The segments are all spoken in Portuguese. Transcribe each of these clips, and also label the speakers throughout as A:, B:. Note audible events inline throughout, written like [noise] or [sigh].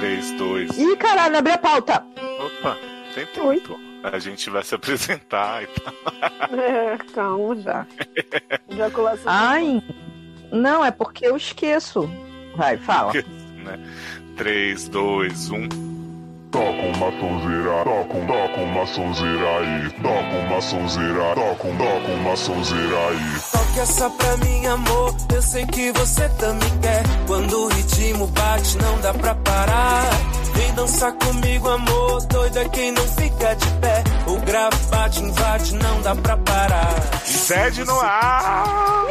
A: 3, 2.
B: Ih, caralho, abri a pauta.
A: Tá, Opa, tem tempo. A gente vai se apresentar e tá, tal.
C: É, calma já. [laughs] Ejaculação.
B: Ai, não, é porque eu esqueço. Vai, fala.
A: Né? um, 3, 2, 1.
D: Toca uma sonzeira, toca, um- toca uma sonzeira aí, toca uma sonzeira, toca, um- toca uma sonzeira aí.
E: Toque essa pra mim, amor. Eu sei que você também quer. Quando o ritmo bate, não dá pra parar. Vem dançar comigo, amor. Doido é quem não fica de pé. O grave bate, invade, não dá pra parar.
A: Sede no ar!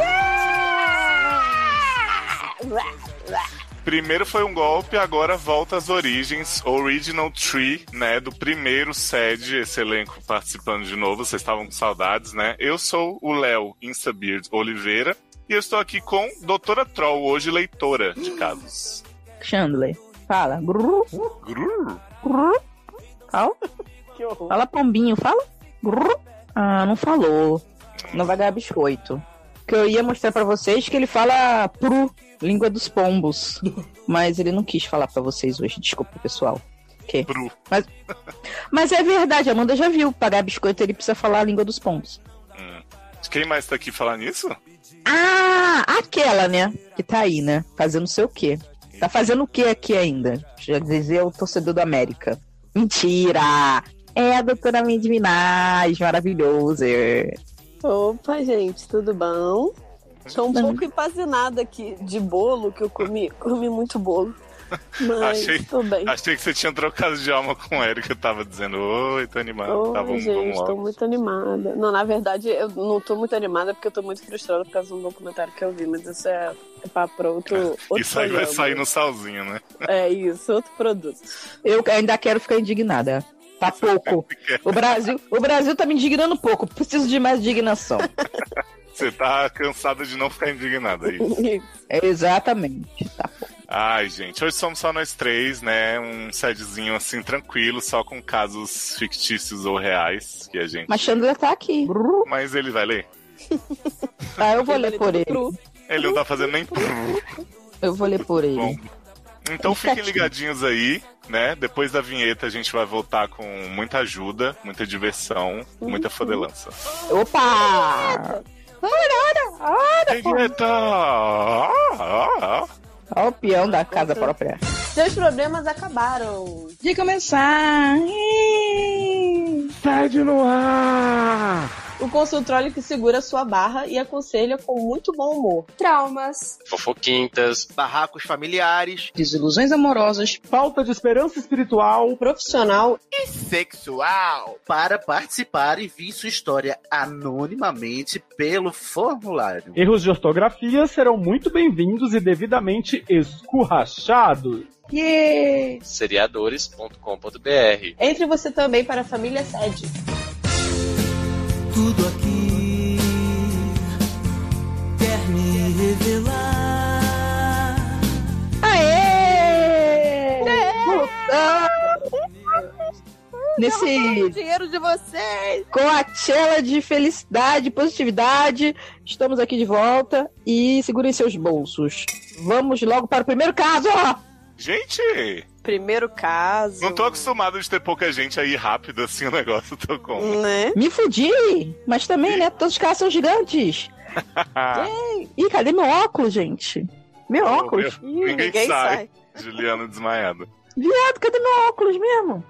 A: Primeiro foi um golpe, agora volta às origens. Original Tree, né? Do primeiro sede, esse elenco participando de novo. Vocês estavam com saudades, né? Eu sou o Léo Instabeard Oliveira. E eu estou aqui com Doutora Troll, hoje leitora de casos.
B: Chandler, fala. Gru,
A: Grrr.
B: gru. Fala,
C: [laughs] Que horror.
B: fala pombinho, fala. Gru. Ah, não falou. Não vai ganhar biscoito. Que eu ia mostrar pra vocês que ele fala pru, língua dos pombos. Mas ele não quis falar pra vocês hoje, desculpa, pessoal.
A: Bru.
B: Mas é verdade, a Amanda já viu. Pagar biscoito, ele precisa falar a língua dos pombos.
A: Hum. Quem mais tá aqui falando nisso?
B: Ah, aquela, né? Que tá aí, né? Fazendo não sei o quê. Tá fazendo o quê aqui ainda? Já dizia o torcedor do América. Mentira! É a doutora Mindy Minaj, maravilhoso.
C: Opa, gente, tudo bom? Estou um pouco empazinada aqui de bolo que eu comi. [laughs] Comi muito bolo. Mas
A: Achei-
C: tô bem.
A: Achei que você tinha trocado de alma com o Eric. Eu tava dizendo, oi, tô animado.
C: Oi,
A: tá bom,
C: gente,
A: vamos
C: tô
A: logo.
C: muito animada. Não, na verdade, eu não tô muito animada porque eu tô muito frustrada por causa de um documentário que eu vi, mas isso é, é papo pra outro, outro
A: [laughs] Isso aí vai
C: programa.
A: sair no salzinho, né?
C: É isso, outro
A: [laughs]
C: produto.
B: Eu ainda quero ficar indignada. Tá pouco. O Brasil, o Brasil tá me indignando pouco. Preciso de mais indignação.
A: Você tá cansada de não ficar indignada
C: [laughs]
A: aí.
B: É Exatamente. Tá pouco.
A: Ai, gente, hoje somos só nós três, né? Um setzinho assim, tranquilo, só com casos fictícios ou reais que a
C: [laughs]
A: gente.
B: Mas Chandler tá aqui.
A: Mas ele vai ler.
B: Tá, eu vou ler por ele.
C: Cru.
A: Ele não tá fazendo nem.
B: Eu vou ler por
A: Bom,
B: ele.
A: [laughs] Então fiquem
B: Quietinho.
A: ligadinhos aí, né? Depois da vinheta a gente vai voltar com muita ajuda, muita diversão,
C: Uhum.
A: muita fodelança.
B: Opa!
A: Vinheta! Ah, ah, ah.
B: Olha o peão da casa própria.
C: Seus problemas acabaram.
F: De começar!
A: Sede no ar!
C: O consultório que segura sua barra e aconselha com muito bom humor.
G: Traumas.
H: fofoquintas,
I: barracos familiares
F: Desilusões amorosas,
J: Falta de esperança espiritual.
C: Profissional
I: e sexual. Para participar, envie sua história anonimamente pelo formulário.
J: Erros de ortografia serão muito bem-vindos e devidamente escurrachados.
F: yeah!
H: seriadores.com.br.
C: entre você também para a família sede.
E: Tudo aqui quer me revelar.
B: Aê! [laughs] Nesse
C: dinheiro de vocês!
B: Coachella de felicidade, positividade, estamos aqui de volta e segurem seus bolsos. Vamos logo para o primeiro caso!
A: Gente!
C: Primeiro caso.
A: Não tô acostumado de ter pouca gente aí rápido assim o negócio, eu tô com. [laughs]
C: Né?
B: Me fudi! Mas também, né? Todos os caras são gigantes. Ih, cadê meu óculos, gente? Meu
A: Oh,
B: óculos?
C: Ih,
A: Ninguém sai. Juliana desmaiada.
B: Viado, cadê meu óculos mesmo?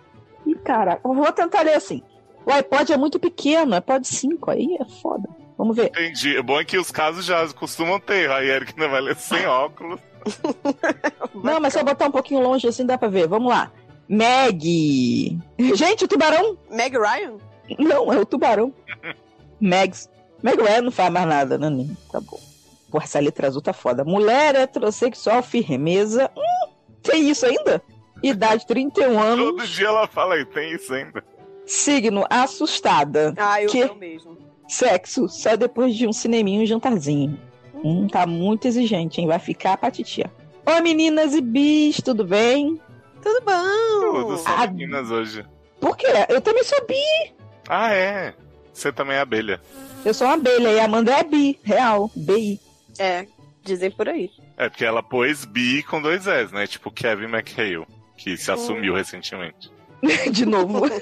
B: Ih, caraca, eu vou tentar ler assim. O iPod é muito pequeno, iPod 5, aí é foda. Vamos ver.
A: Entendi. O bom é que os casos já costumam ter. Aí Eric ainda vai ler sem óculos.
B: Não, mas se eu botar um pouquinho longe assim dá pra ver. Vamos lá. Meg. Gente, o tubarão?
C: Meg Ryan?
B: Não, é o tubarão. Megs. Meg Ryan não faz mais nada, né? nem? Tá bom. Porra, essa letra azul tá foda. Mulher heterossexual, firmeza. Hum, tem isso ainda? Idade 31
A: Todo
B: anos.
A: dia ela fala aí, tem isso ainda.
B: Signo assustada.
C: Ah, eu,
B: Que?
C: eu mesmo.
B: Sexo só depois de um cineminho e um jantarzinho. Hum, tá muito exigente, hein? Vai ficar pra titia. Oi, meninas e bis, tudo bem?
C: Tudo
A: Tudo
C: bom?
A: são
B: Ah.
A: meninas hoje.
B: Por quê? Eu também sou bi.
A: Ah, é. Você também é abelha.
B: Eu sou uma abelha e a Amanda é bi, real, bi.
C: É. Dizem por aí.
A: É porque ela pôs bi com dois S, né? Tipo Kevin McHale, que se assumiu recentemente.
B: [laughs] De novo. [laughs]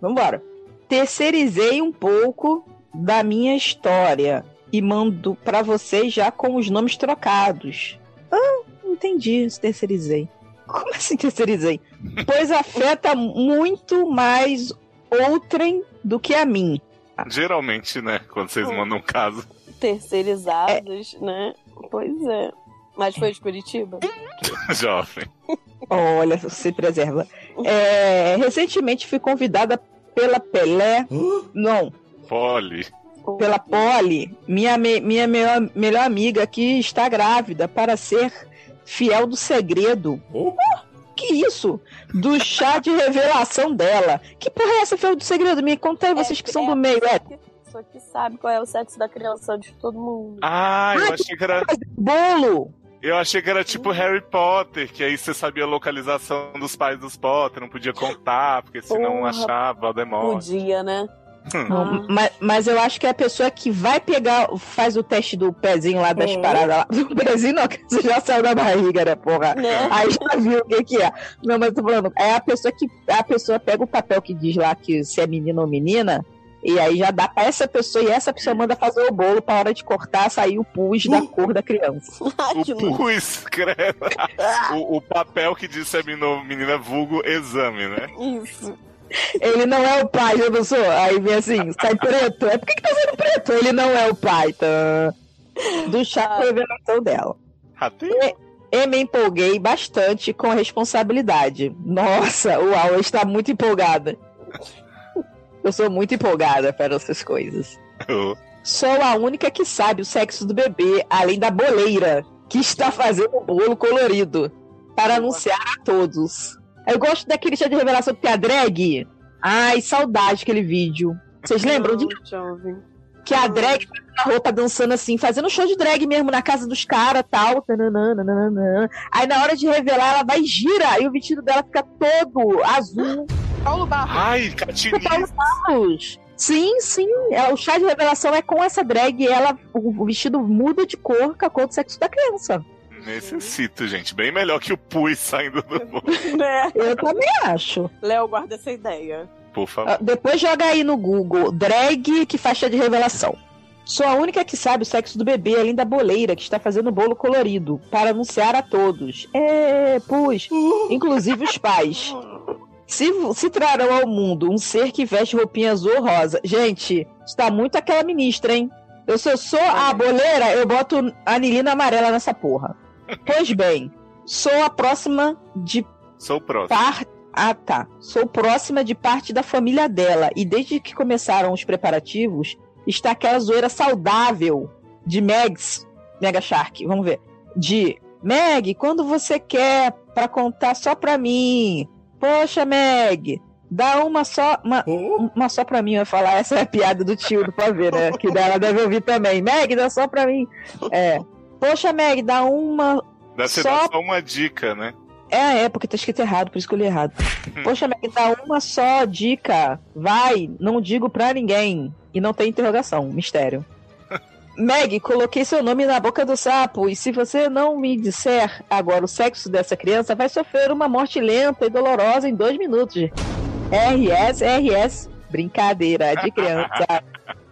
B: Vambora. Terceirizei um pouco da minha história e mando pra vocês já com os nomes trocados. Ah, entendi, isso terceirizei. Como assim [laughs] terceirizei? Pois afeta muito mais outrem do que a mim.
A: Geralmente, né? Quando vocês mandam um caso. [laughs]
B: É.
C: Terceirizados, né? Pois é. Mas foi de Curitiba?
A: Jovem.
B: Olha, se preserva. É, recentemente fui convidada pela Pelé. Não,
A: Poli.
B: pela Polly, minha, me- minha melhor, melhor amiga que está grávida, para ser fiel do segredo. Ah, Que isso? Do chá de revelação dela. Que porra é essa, fiel do segredo? Me conta
C: É
B: aí, vocês que são do meio. É,
C: Só que sabe qual é o sexo da criança de todo mundo.
A: Ah, eu
B: Ai,
A: achei que era.
B: bolo!
A: Eu achei que era tipo Harry Potter, que aí você sabia a localização dos pais dos Potter, não podia contar, porque senão
C: Porra.
A: achava o demônio.
C: Podia, né?
B: Não, mas, Hum, mas eu acho que é a pessoa que vai pegar, faz o teste do pezinho lá das
C: Hum.
B: paradas lá. Do [laughs] pezinho não, que você já saiu da barriga, né, porra?
C: Né?
B: Aí já viu o que, que é. Não, mas eu tô falando, é a pessoa que. A pessoa pega o papel que diz lá que se é menino ou menina. E aí já dá pra essa pessoa e essa pessoa manda fazer o bolo pra hora de cortar sair o pus da cor da criança.
C: [laughs] Ai, que
A: O pus, credo.
C: Ah,
A: O, o papel que disse a menino- menina vulgo exame, né?
C: Isso.
B: Ele não é o pai, eu não sou. Aí vem assim, sai preto. É por que, que tá sendo preto? Ele não é o pai. Tá? Do chá com a revelação dela.
A: Até
B: E me empolguei bastante com a responsabilidade. Nossa, o Aula está muito empolgada. Eu sou muito empolgada para essas coisas.
A: eu.
B: Sou a única que sabe o sexo do bebê, além da boleira, que está fazendo o bolo colorido para anunciar a todos. Eu gosto daquele chá de revelação que tem a drag. Ai, saudade daquele vídeo. Vocês lembram de
C: Não, jovem. [laughs]
B: que a drag tá na roupa dançando assim, fazendo show de drag mesmo na casa dos caras tal. tananã, nananã. Aí na hora de revelar, ela vai e gira, e o vestido dela fica todo azul.
F: Paulo Barros.
A: Ai, Catinice.
B: tá Sim, sim. é, O chá de revelação é com essa drag e ela, o o vestido muda de cor com a cor do sexo da criança.
A: Necessito, gente. Bem melhor que o pus saindo do bolo.
C: Né?
B: Eu também acho.
C: Léo, guarda essa ideia.
A: Por favor.
B: Ah, Depois joga aí no Google, drag que faz chá de revelação. Sou a única que sabe o sexo do bebê, além da boleira, que está fazendo bolo colorido, para anunciar a todos. É, pus, inclusive os pais. Se, se trarão ao mundo um ser que veste roupinha azul ou rosa. Gente, está muito aquela ministra, hein? Eu, se eu sou a boleira, eu boto anilina amarela nessa porra. Pois bem, sou a próxima de
A: Sou o próximo.
B: par... Ah, tá. Sou próxima de parte da família dela. E desde que começaram os preparativos, está aquela zoeira saudável de Megs, Mega Shark, vamos ver. De Meg, quando você quer pra contar só pra mim? Poxa, Meg, dá uma só. Uma, uma só pra mim, eu ia falar. Essa é a piada do tio do pavê, né? Que dela deve ouvir também. Meg, dá só pra mim. É. Poxa, Meg, dá uma
A: Dá você dá
B: só-
A: só uma dica, né?
B: é, é, porque tá escrito errado, por isso que eu li errado. Poxa, Meg, dá uma só dica. Vai, não digo pra ninguém. E não tem interrogação, mistério. Meg, coloquei seu nome na boca do sapo, e se você não me disser agora o sexo dessa criança, vai sofrer uma morte lenta e dolorosa em dois minutos. RS, RS, brincadeira de criança.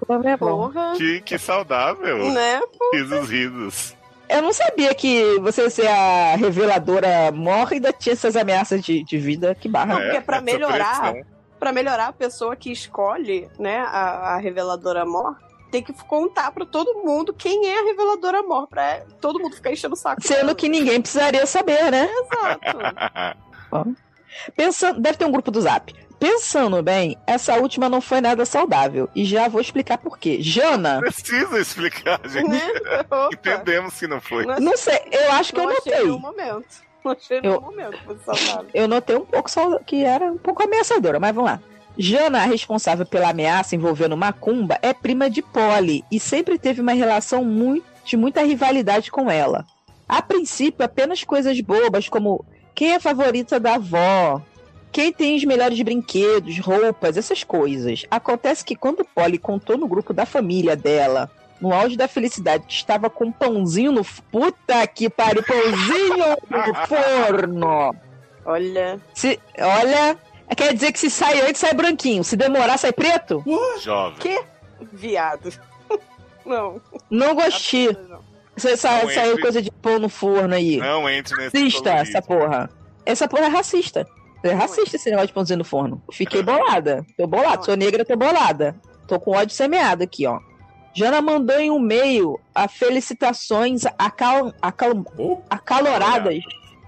B: Como é bom.
C: Porra.
A: Que, que saudável.
C: Né?
A: Risos, risos. [laughs]
B: Eu não sabia que você ser a reveladora morre ainda tinha essas ameaças de, de vida. Que barra.
C: Não, porque
A: É,
C: pra
A: essa
C: melhorar-
A: pressão.
C: Pra melhorar a pessoa que escolhe, né, a, a reveladora mor, tem que contar pra todo mundo quem é a reveladora mor, pra todo mundo ficar enchendo o saco.
B: Sendo
C: dela.
B: que ninguém precisaria saber, né?
A: [laughs]
C: Exato.
B: Pensando, deve ter um grupo do Zap. Pensando bem, essa última não foi nada saudável. E já vou explicar por quê. Jana,
A: Precisa explicar, gente.
C: né? Opa.
A: [laughs] Entendemos que não foi.
C: Não,
B: não sei, eu acho que eu
C: não achei no
B: notei.
C: momento. Não achei no
B: Eu-
C: momento que você saudável.
B: Eu notei um pouco sauda- que era um pouco ameaçadora, mas vamos lá. Jana, a responsável pela ameaça envolvendo Macumba, é prima de Polly e sempre teve uma relação muito, de muita rivalidade com ela. A princípio, apenas coisas bobas como quem é a favorita da avó, quem tem os melhores brinquedos, roupas, essas coisas. Acontece que quando Polly contou no grupo da família dela no auge da felicidade, que estava com um pãozinho no. f- Puta que pariu, pãozinho no forno!
C: Olha.
B: Se, olha, quer dizer que se sai antes, sai branquinho. Se demorar, sai preto?
A: Jovem.
C: Viado. [laughs] Não. tá
B: Não gostei.
C: não.
B: Você sa-
A: Não
B: saiu
A: entre. É,
B: coisa de pão no forno aí.
A: Não entre nesse
B: racista
A: colorismo.
B: essa porra. Essa porra é racista. É racista esse negócio de pãozinho no forno. Fiquei bolada. Tô bolada. Sou negra, tô bolada. Tô com ódio semeado aqui, ó. Jana mandou em um e-mail a felicitações acal, acal, acaloradas.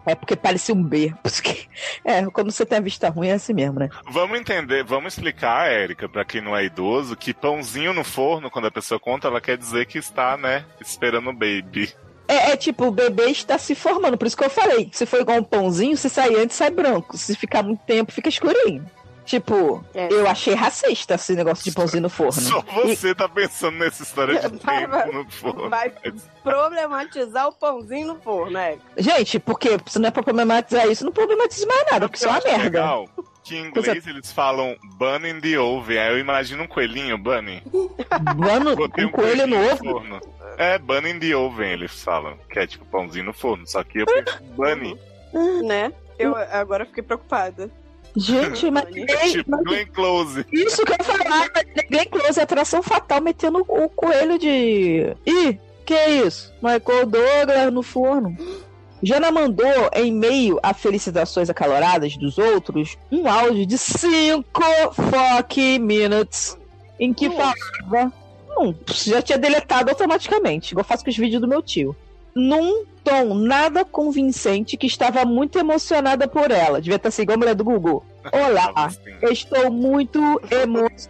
B: É porque parecia um B. [laughs] Por isso que- É, quando você tem a vista ruim, é assim mesmo, né?
A: Vamos entender, vamos explicar, Érica, pra quem não é idoso, que pãozinho no forno, quando a pessoa conta, ela quer dizer que está, né, esperando o baby.
B: É, é tipo, o bebê está se formando. Por isso que eu falei. Se for igual um pãozinho, se sair antes, sai branco. Se ficar muito tempo, fica escurinho. Tipo,
C: É.
B: eu achei racista esse negócio de pãozinho no forno.
A: Só você tá pensando nessa história
B: [laughs]
A: de
C: Vai, vai.
A: tempo no forno.
C: Vai problematizar o pãozinho no forno, né?
B: Gente, porque se não é pra problematizar isso, não problematiza mais nada, porque isso é uma
A: Eu acho
B: merda.
A: legal que em inglês eles falam bunny in the oven. Aí eu imagino um coelhinho, bunny.
B: Mano,
A: Botei
B: [laughs] um coelho no ovo.
A: forno. É, bunny in the oven, eles falam. Que é tipo pãozinho no forno. Só que eu penso bunny.
C: Né? Eu agora fiquei preocupada.
B: Gente,
A: É
B: imaginei.
A: tipo
B: imaginei-
A: Glenn Close.
B: Isso que eu falava, Glenn Close, atração fatal, metendo o coelho de. Ih, que é isso? Michael Douglas no forno. Jana mandou, em meio a felicitações acaloradas dos outros, um áudio de 5 fucking minutes em que falava. Hum, já tinha deletado automaticamente, igual eu faço com os vídeos do meu tio. Num tom nada convincente que estava muito emocionada por ela. Devia estar assim, igual a mulher do Google. Olá,
A: Assim.
B: eu estou muito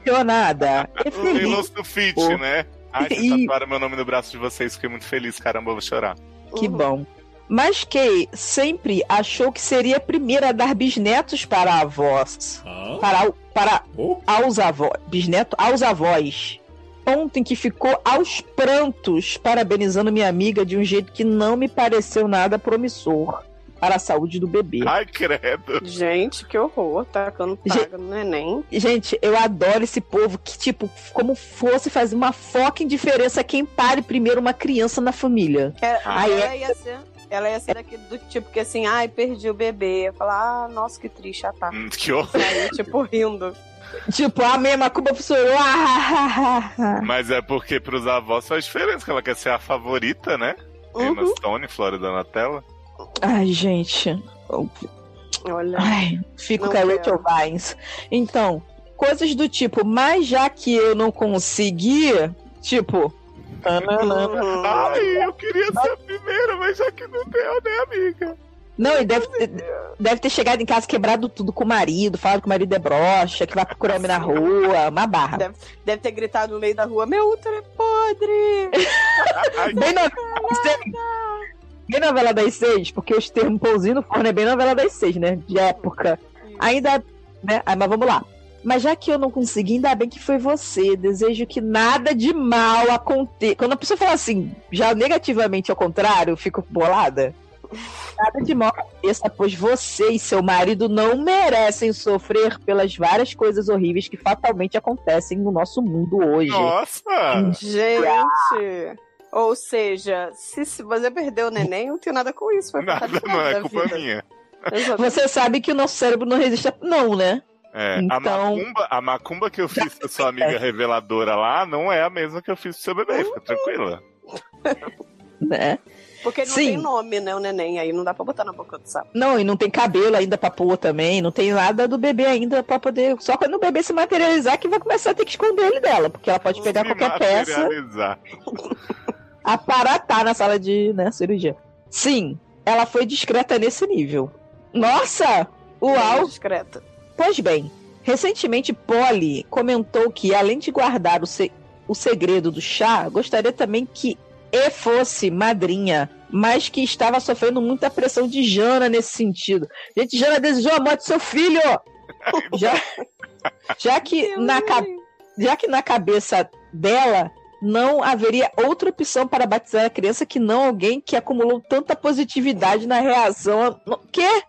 B: emocionada. E
A: O
B: feliz.
A: Reynolds do Fit,
B: Oh.
A: né? Ai, vocês
B: E-
A: tatuaram meu nome no braço de vocês, fiquei muito feliz, caramba, eu vou chorar.
B: Que
C: Uhum.
B: bom. Mas Kay sempre achou que seria a primeira a dar bisnetos para a avós. Para, o- para aos avós. Bisneto aos avós. Ponto em que ficou aos prantos, parabenizando minha amiga de um jeito que não me pareceu nada promissor para a saúde do bebê.
A: Ai, credo.
C: Gente, que horror. Tacando praga no neném.
B: Gente, eu adoro esse povo que, tipo, como fosse fazer uma fucking diferença quem pare primeiro uma criança na família.
C: Ela,
B: Ai,
C: Ah, ela ia ser. Ela ia ser daquele do tipo que assim, ai, perdi o bebê. Ia falar, ah, nossa, que triste, ah tá.
A: Hum, Que horror.
C: Aí, tipo, rindo.
B: Tipo, a mesma culpa funcionou. Ah, ah, ah, ah.
A: Mas é porque pros avós faz diferença, que ela quer ser a favorita, né? Emma
C: Uhum.
A: Stone, Florida na tela.
B: Ai, gente.
C: Olha.
B: Ai, fico
C: Não
B: com a
C: quero.
B: Rachel Vines. Então, coisas do tipo, mas já que eu não consegui, tipo. tananana.
C: Uhum.
A: Ai, eu queria ser a primeira, mas já que não deu, né, amiga?
B: Não, e deve, ter- deve ter chegado em casa quebrado tudo com o marido, falado que o marido é broxa, que vai procurar homem na rua, uma barra.
C: Deve ter gritado no meio da rua: Meu útero é podre!
A: Ai,
B: Bem novela das seis. Bem novela das seis, porque os termos pãozinho no forno é bem novela das seis, né? De época. Ainda, né? Ah, mas vamos lá. Mas já que eu não consegui, ainda bem que foi você. Desejo que nada de mal aconteça. Quando a pessoa fala assim, já negativamente ao contrário, eu fico bolada. Nada de mal aconteça, pois você e seu marido não merecem sofrer pelas várias coisas horríveis que fatalmente acontecem no nosso mundo hoje.
A: nossa!
C: Gente! Ou seja, se, se você perdeu o neném, não tem nada com isso. Foi
A: Nada,
C: vontade
A: não é
C: da
A: culpa
C: vida.
A: minha.
C: Exato.
B: Você sabe que o nosso cérebro não resiste a... Não, né?
A: É, a,
B: Então-
A: macumba, a macumba que eu fiz pra sua amiga reveladora lá não é a mesma que eu fiz pro seu bebê, fica
B: Uhum.
A: tranquila.
B: né?
C: Porque não
B: Sim.
C: tem nome, né, o neném. Aí não dá pra botar na boca do sapo.
B: Não, e não tem cabelo ainda pra pôr também, não tem nada do bebê ainda pra poder. Só quando o bebê se materializar que vai começar a ter que esconder ele dela, porque ela pode
A: Se
B: pegar qualquer peça,
A: materializar.
B: aparatar na sala de né, cirurgia. Sim, ela foi discreta nesse nível. Nossa! Uau!
C: Bem Discreta.
B: Pois bem, recentemente Polly comentou que, além de guardar o, se- o segredo do chá, gostaria também que E fosse madrinha, mas que estava sofrendo muita pressão de Jana nesse sentido. Gente, Jana desejou a morte do seu filho! já, já que na cabeça já que na cabeça dela não haveria outra opção para batizar a criança que não alguém que acumulou tanta positividade na reação. a- No- Quê?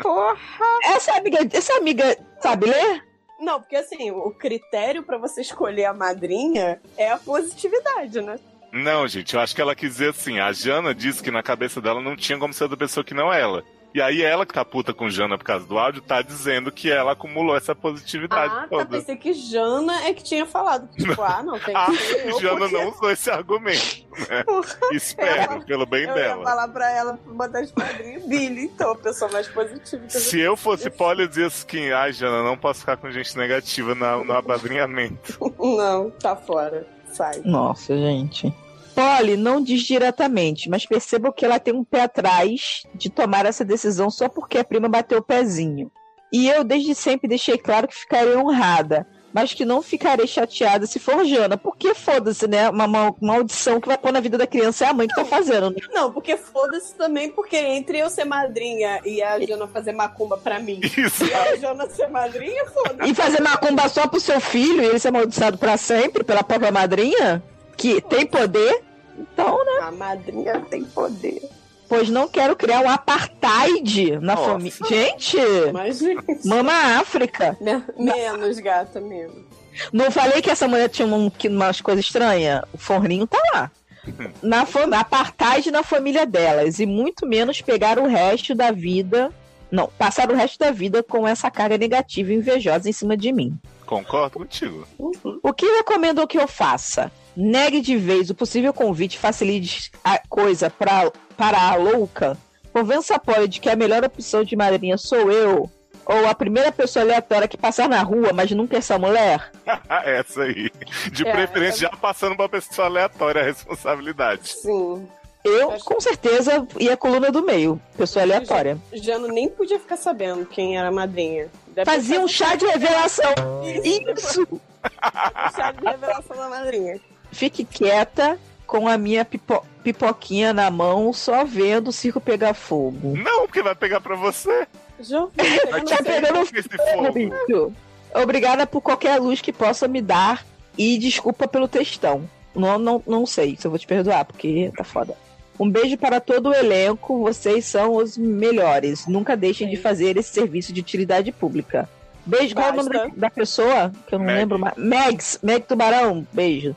B: Porra! Essa amiga, essa amiga sabe ler?
C: Não, porque assim, o critério pra você escolher a madrinha é a positividade, né?
A: Não, gente, eu acho que ela quis dizer assim: a Jana disse que na cabeça dela não tinha como ser outra pessoa que não ela. E aí ela que tá puta com Jana por causa do áudio, tá dizendo que ela acumulou essa positividade
C: Ah, tá.
A: toda.
C: Pensei que Jana é que tinha falado. Tipo, ah, não, tem
A: Ah,
C: que ser eu.
A: Jana
C: porque
A: não usou esse argumento,
C: [laughs]
A: né? Espero, pelo bem
C: Eu ia
A: dela.
C: falar pra ela botar de padrinho Billy, então a pessoa mais positiva. que eu
A: Se eu fosse Polly, eu dizia assim: ai, Jana, não posso ficar com gente negativa na- no abadrinhamento.
C: Não, tá fora. Sai.
B: Nossa, gente. Polly não diz diretamente, mas percebam que ela tem um pé atrás de tomar essa decisão só porque a prima bateu o pezinho. E eu desde sempre deixei claro que ficarei honrada, mas que não ficarei chateada se for Jana. Porque foda-se, né? Uma mal- maldição que vai pôr na vida da criança é a mãe que tá fazendo, né?
C: Não, porque foda-se também, porque entre eu ser madrinha e a Jana fazer macumba pra mim.
A: [laughs] Isso.
C: E a Jana ser madrinha, foda-se.
B: E fazer macumba só pro seu filho e ele ser amaldiçoado pra sempre pela própria madrinha, que tem poder. Então,
C: né? A madrinha tem poder.
B: pois não quero criar um apartheid na
I: Nossa.
B: família. Gente!
C: Imagina.
B: Mama África.
C: Men- Menos, gata, menos.
B: Não falei que essa mulher tinha um, que umas coisas estranhas? O forninho tá lá. Na fam... Apartheid na família delas. E muito menos pegar o resto da vida. Não, passar o resto da vida com essa carga negativa e invejosa em cima de mim.
A: Concordo contigo. [laughs]
B: O que recomendam que eu faça? Negue de vez o possível convite, facilite a coisa pra, para a louca. Convença a Polly de que a melhor opção de madrinha sou eu. Ou a primeira pessoa aleatória que passar na rua, mas nunca essa mulher.
A: essa aí. De
C: É,
A: preferência, já passando pra pessoa aleatória a responsabilidade.
C: Sim.
B: Eu, com certeza, ia coluna do meio, pessoa aleatória.
C: Jana nem podia ficar sabendo quem era a madrinha. Deve
B: Fazia um
C: fazer
B: chá de revelação.
C: É Isso.
B: Isso!
C: um chá de revelação da madrinha.
B: Fique quieta com a minha pipo- pipoquinha na mão, só vendo o circo pegar fogo.
A: Não, porque vai pegar pra você.
B: [laughs]
C: Giovana, eu não
B: Tá
C: sei.
B: pegando
A: é Esse fogo.
B: fogo. Obrigada por qualquer luz que possa me dar e desculpa pelo textão. Não, não, não sei se eu vou te perdoar, porque tá foda. Um beijo para todo o elenco, vocês são os melhores. Nunca deixem de fazer esse serviço de utilidade pública. Beijo, qual é o nome da,
C: Basta.
B: da pessoa? Que eu não
A: Meg.
B: lembro mais. Megs, Meg Tubarão, beijo.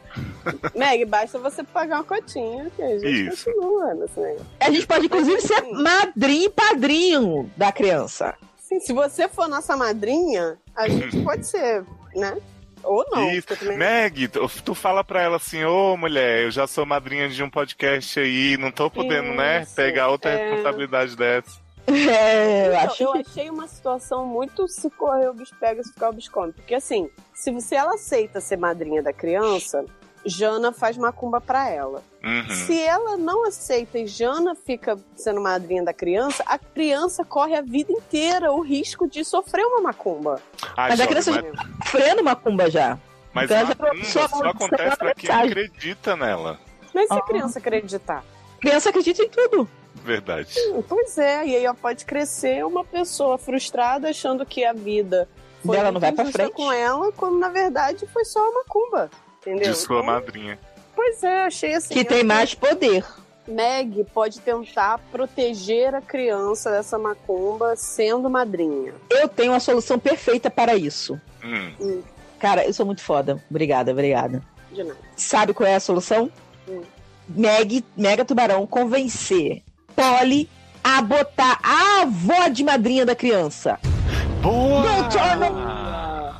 C: Meg, basta você pagar uma cotinha que a gente
A: Isso.
C: continua né, assim. nesse negócio.
B: A gente pode, inclusive, ser madrinho e padrinho da criança. [laughs]
C: Sim, se você for nossa madrinha, a
A: [laughs]
C: gente pode ser, né? Ou não.
A: Isso.
C: porque também-
A: Meg, tu, tu fala pra ela assim, ô mulher, eu já sou madrinha de um podcast aí, não tô podendo, né?
C: Isso,
A: Pegar outra
C: é.
A: responsabilidade dessa.
B: É, eu
C: Então,
B: acho
C: eu
B: que
C: achei uma situação muito se correr o bicho pega, se ficar o bicho come. Porque assim, se você ela aceita ser madrinha da criança, Jana faz macumba pra ela.
A: Uhum.
C: Se ela não aceita e Jana fica sendo madrinha da criança, a criança corre a vida inteira o risco de sofrer uma macumba.
A: Ai,
B: Mas a
A: jovem,
B: criança
A: mas,
B: tá freando macumba já.
A: mas
B: Então, essa
A: macumba
B: pessoa
A: só
B: manda
A: acontece
B: uma
A: pra quem
B: mensagem.
A: acredita nela.
C: Mas se é a
B: Ah.
C: criança acreditar?
B: Criança acredita em tudo.
A: Verdade.
C: Pois é, e aí ela pode crescer uma pessoa frustrada achando que a vida foi
B: Dela
C: muito
B: não vai pra
C: injusta
B: frente.
C: com ela, quando na verdade foi só uma macumba. Entendeu?
A: De sua
C: Então,
A: madrinha.
C: Pois é, achei assim.
B: que tem
C: acho
B: mais poder.
C: Meg pode tentar proteger a criança dessa macumba sendo madrinha.
B: Eu tenho a solução perfeita para isso.
A: Hum.
B: Cara, eu sou muito foda. Obrigada, obrigada.
C: De nada.
B: Sabe qual é a solução?
C: Hum.
B: Meg, Mega Tubarão convencer Polly a botar a avó de madrinha da criança.
A: Boa!
C: Ah.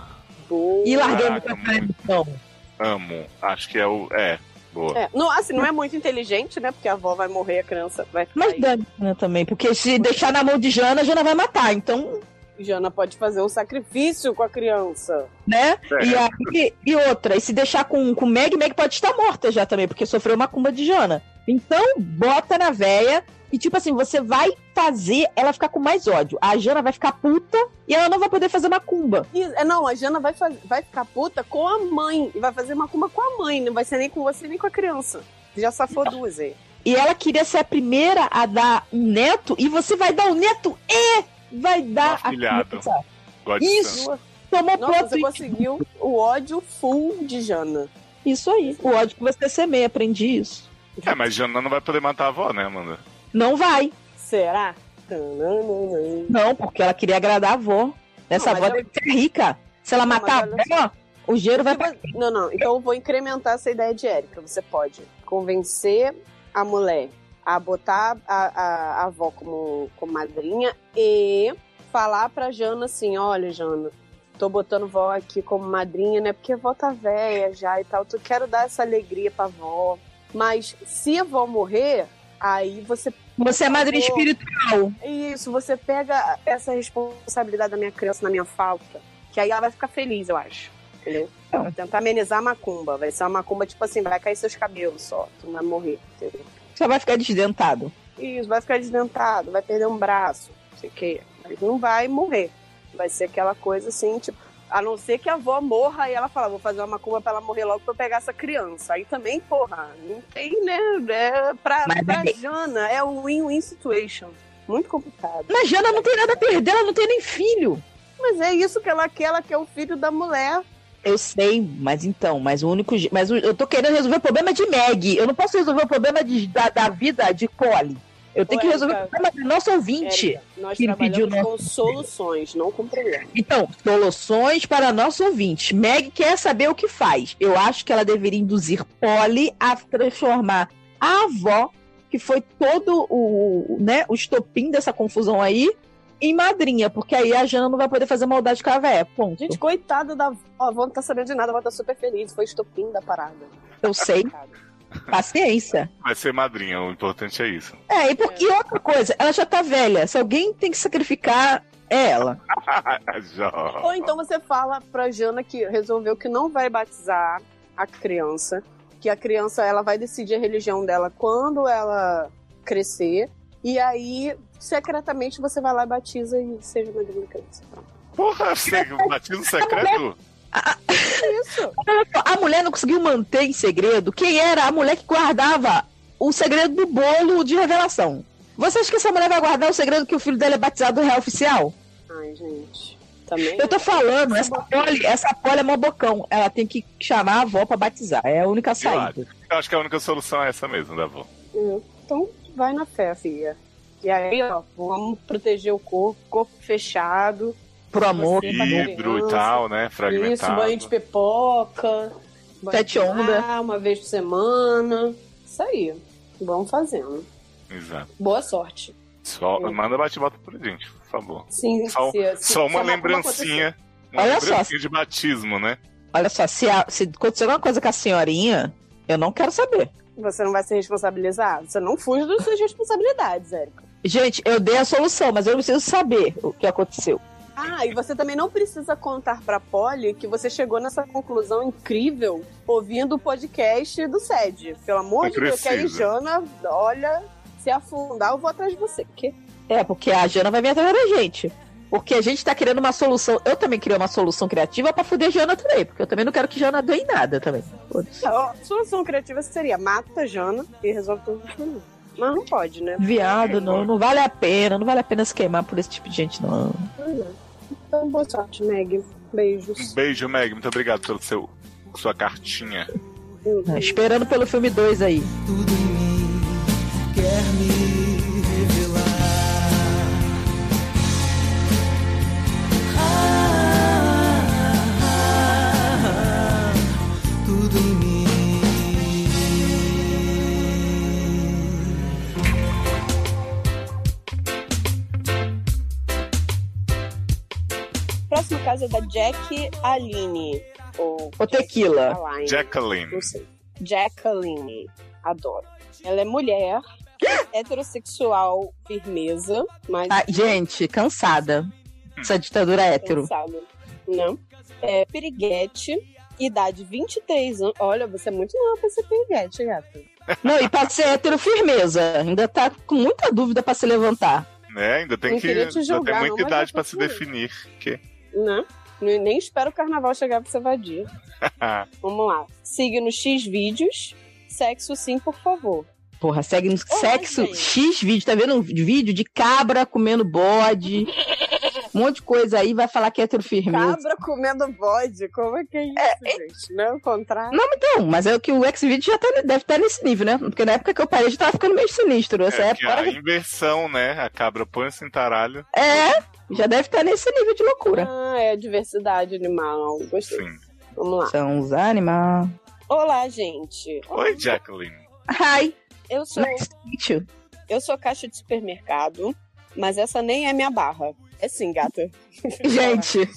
C: Boa.
B: E
A: Caraca,
B: largando pra então. cara do chão.
A: Amo. Acho que é o. É. Boa.
C: É, não, assim, não é muito inteligente, né? Porque a avó vai morrer, a criança vai ficar.
B: Mas
C: aí.
B: dane né, também, porque se deixar na mão de Jana, Jana vai matar. Então,
C: Jana pode fazer um sacrifício com a criança.
B: né?
A: É.
B: E, aí- e outra, e se deixar com, com Meg, Meg pode estar morta já também, porque sofreu uma cumba de Jana. Então, bota na véia e, tipo assim, você vai fazer ela ficar com mais ódio. A Jana vai ficar puta e ela não vai poder fazer uma cumba.
C: E, é, não, a Jana vai, faz- vai ficar puta com a mãe. E vai fazer macumba com a mãe. Não vai ser nem com você, nem com a criança. Já safou duas aí.
B: E ela queria ser a primeira a dar um neto e você vai dar um neto e vai dar
A: Um afilhado.
B: criança.
A: God
B: Isso! Tomou
C: Nossa, você
B: plot
C: conseguiu o ódio full de Jana.
B: Isso aí. O ódio que você semeia, aprendi isso.
A: É, mas Jana não vai poder matar a avó, né, Amanda?
B: Não vai.
C: Será? Tananana.
B: Não, porque ela queria agradar a avó. Essa
C: Não, mas
B: avó
C: ela-
B: deve ser rica. Se ela
C: Não,
B: matar a
C: mas olha
B: avó, o dinheiro vai
C: Se
B: pra
C: vo- Não, não. Então eu vou incrementar essa ideia de Érica. Você pode convencer a mulher a botar a, a- a avó como, como madrinha e falar pra Jana assim: olha, Jana, tô botando vó aqui como madrinha, né? Porque a vó tá velha já e tal. Tu quero dar essa alegria pra vó. Mas se a vó morrer, aí você tá
B: Você é madrinha
C: Pô.
B: espiritual.
C: isso, você pega essa responsabilidade da minha criança na minha falta, que aí ela vai ficar feliz, eu acho. Entendeu?
B: Então.
C: Vai tentar amenizar a macumba. Vai ser uma macumba, tipo assim, vai cair seus cabelos só. Tu não vai morrer, entendeu?
B: Só vai ficar desdentado.
C: Isso, vai ficar desdentado, vai perder um braço, não sei o quê. Mas não vai morrer. Vai ser aquela coisa assim, tipo. A não ser que a avó morra e ela fala, vou fazer uma macumba pra ela morrer logo pra eu pegar essa criança. Aí também, porra, não tem, né? É, pra
B: Mas
C: pra
B: vai ter.
C: Jana, é um win-win situation. Muito complicado.
B: Mas Jana não tem nada a perder, ela não tem nem filho.
C: Mas é isso que ela quer, ela quer o filho da mulher.
B: Eu sei, mas então, mas o único. je- Mas o- eu tô querendo resolver o problema de Meg. Eu não posso resolver o problema de- da, da vida de Polly. Eu tenho
C: Ô,
B: que resolver
C: Érica.
B: o problema do nosso ouvinte.
C: tá. Érica, nós
B: que ele
C: trabalhamos
B: pediu, né?
C: com soluções, não com problemas.
B: Então, soluções para nosso ouvinte. Meg quer saber o que faz. Eu acho que ela deveria induzir Polly a transformar a avó, que foi todo o, o- né, o estopim dessa confusão aí, em madrinha, porque aí a Jana não vai poder fazer maldade com a véia. Ponto.
C: Gente, coitada da avó, a avó não tá sabendo de nada, a avó tá super feliz, foi estopim da parada.
B: Eu sei,
C: [laughs] Coitada.
B: paciência.
A: Vai ser madrinha, o importante é isso. [laughs]
B: É, e porque outra coisa, ela já tá velha. Se alguém tem que sacrificar, é ela.
A: Jó.
C: Ou então você fala pra Jana que resolveu que não vai batizar a criança, que a criança ela vai decidir a religião dela quando ela crescer, e aí secretamente você vai lá e batiza e seja madrinha da criança.
A: Porra, você batido secreto?
C: É Isso.
B: A mulher não conseguiu manter em segredo quem era a mulher que guardava o segredo do bolo de revelação. Você acha que essa mulher vai guardar o segredo que o filho dela é batizado no real oficial?
C: Ai, gente. Também. é
B: Eu tô falando, essa pole, essa pole é mó bocão. Ela tem que chamar a avó pra batizar. É a única saída.
A: Eu acho que a única solução é essa mesmo, da avó.
C: Então vai na fé, filha. E aí, ó, vamos proteger o corpo, corpo fechado.
B: Pro amor.
C: Você vai
B: amor.
C: querer.
A: Vidro e
C: criança.
A: tal, né?
C: tá Isso,
A: Fragmentado.
C: banho de pipoca. banho
B: Sete
C: de
B: onda.
C: mar, Uma vez por semana. Isso aí. Vamos fazendo.
A: Exato.
C: Boa sorte.
A: Só,
C: Hum.
A: manda bate-bota pra gente, por favor.
C: Sim,
A: Só- um-
C: se-
A: Só
C: se- se
A: uma
C: alguma assim.
A: lembrancinha. Uma
B: Olha só.
A: lembrancinha de batismo, né?
B: Olha só, se, a- se acontecer alguma coisa com a senhorinha, eu não quero saber.
C: acontecer, Você não vai ser responsabilizado. Você não fuja das suas responsabilidades, Érica.
B: Gente, eu dei a solução, mas eu não preciso saber o que aconteceu.
C: Ah, e você também não precisa contar pra Polly que você chegou nessa conclusão incrível ouvindo o podcast do SED. Pelo amor
A: Não
C: de Deus, que a
A: precisa.
C: Jana, olha, se afundar, eu vou atrás de você. Que?
B: É, porque a Jana vai vir atrás da gente. Porque a gente tá querendo uma solução. Eu também queria uma solução criativa pra fuder a Jana também. Porque eu também não quero que Jana doe em nada também. Foda-se.
C: Ó, solução criativa seria mata a Jana e resolve tudo de novo. Mas não pode, né?
B: Viado, não, não vale a pena. Não vale a pena se queimar por esse tipo de gente, não.
C: Então, boa sorte, Meg.
A: Um
C: Beijos.
A: beijo, Meg. Muito obrigado pela seu, sua cartinha. Uhum.
B: Tá Esperando pelo filme 2 aí.
E: tudo em mim quer me revelar. Ah, ah, ah, tudo em mim.
C: Próximo caso é da Jack Aline. Ou
B: Ô, Tequila.
C: Aline.
A: Jacqueline.
C: Não sei. Jacqueline. Adoro. Ela é [gasps] mulher, heterossexual, firmeza, mas
B: Ah, gente, cansada. Essa ditadura é hétero.
C: cansada. Não. É piriguete, idade 23 anos. Olha, você é muito nova pra ser piriguete, gata.
B: Não, e pra ser hétero, firmeza. Ainda tá com muita dúvida pra se levantar.
A: Né? Ainda tem
C: Não
A: que.
C: queria te
A: ainda
C: julgar,
A: tem
C: não,
A: muita
C: mas
A: idade
C: eu tô
A: pra se
C: aqui.
A: definir. [laughs]
C: Né? Nem nem espero o carnaval chegar pra ser vadia. Vamos lá. Signo X vídeos. Sexo sim, por favor.
B: Porra, segue no sexo
C: gente.
B: X vídeo. Tá vendo um vídeo de cabra comendo bode? Um monte de coisa aí vai falar que é hétero firmeza.
C: Cabra comendo bode. Como é que é isso, gente? Não é o contrário?
B: Não, mas então, mas é o que o X-Video já tá, deve estar nesse nível, né? Porque na época que eu parei já tava ficando meio sinistro. Essa
A: É, que
B: época
A: a inversão, né? A cabra põe-se em taralho.
B: é, já deve estar nesse nível de loucura.
C: Ah, é diversidade animal. Gostei.
A: Sim.
C: Vamos lá.
B: São os animais.
C: Olá, gente.
A: Oi, Jacqueline.
B: Hi,
C: Eu sou,
B: nice to meet you.
C: eu sou caixa de supermercado, mas essa nem é minha barra. É sim, gata.
B: [laughs] Gente,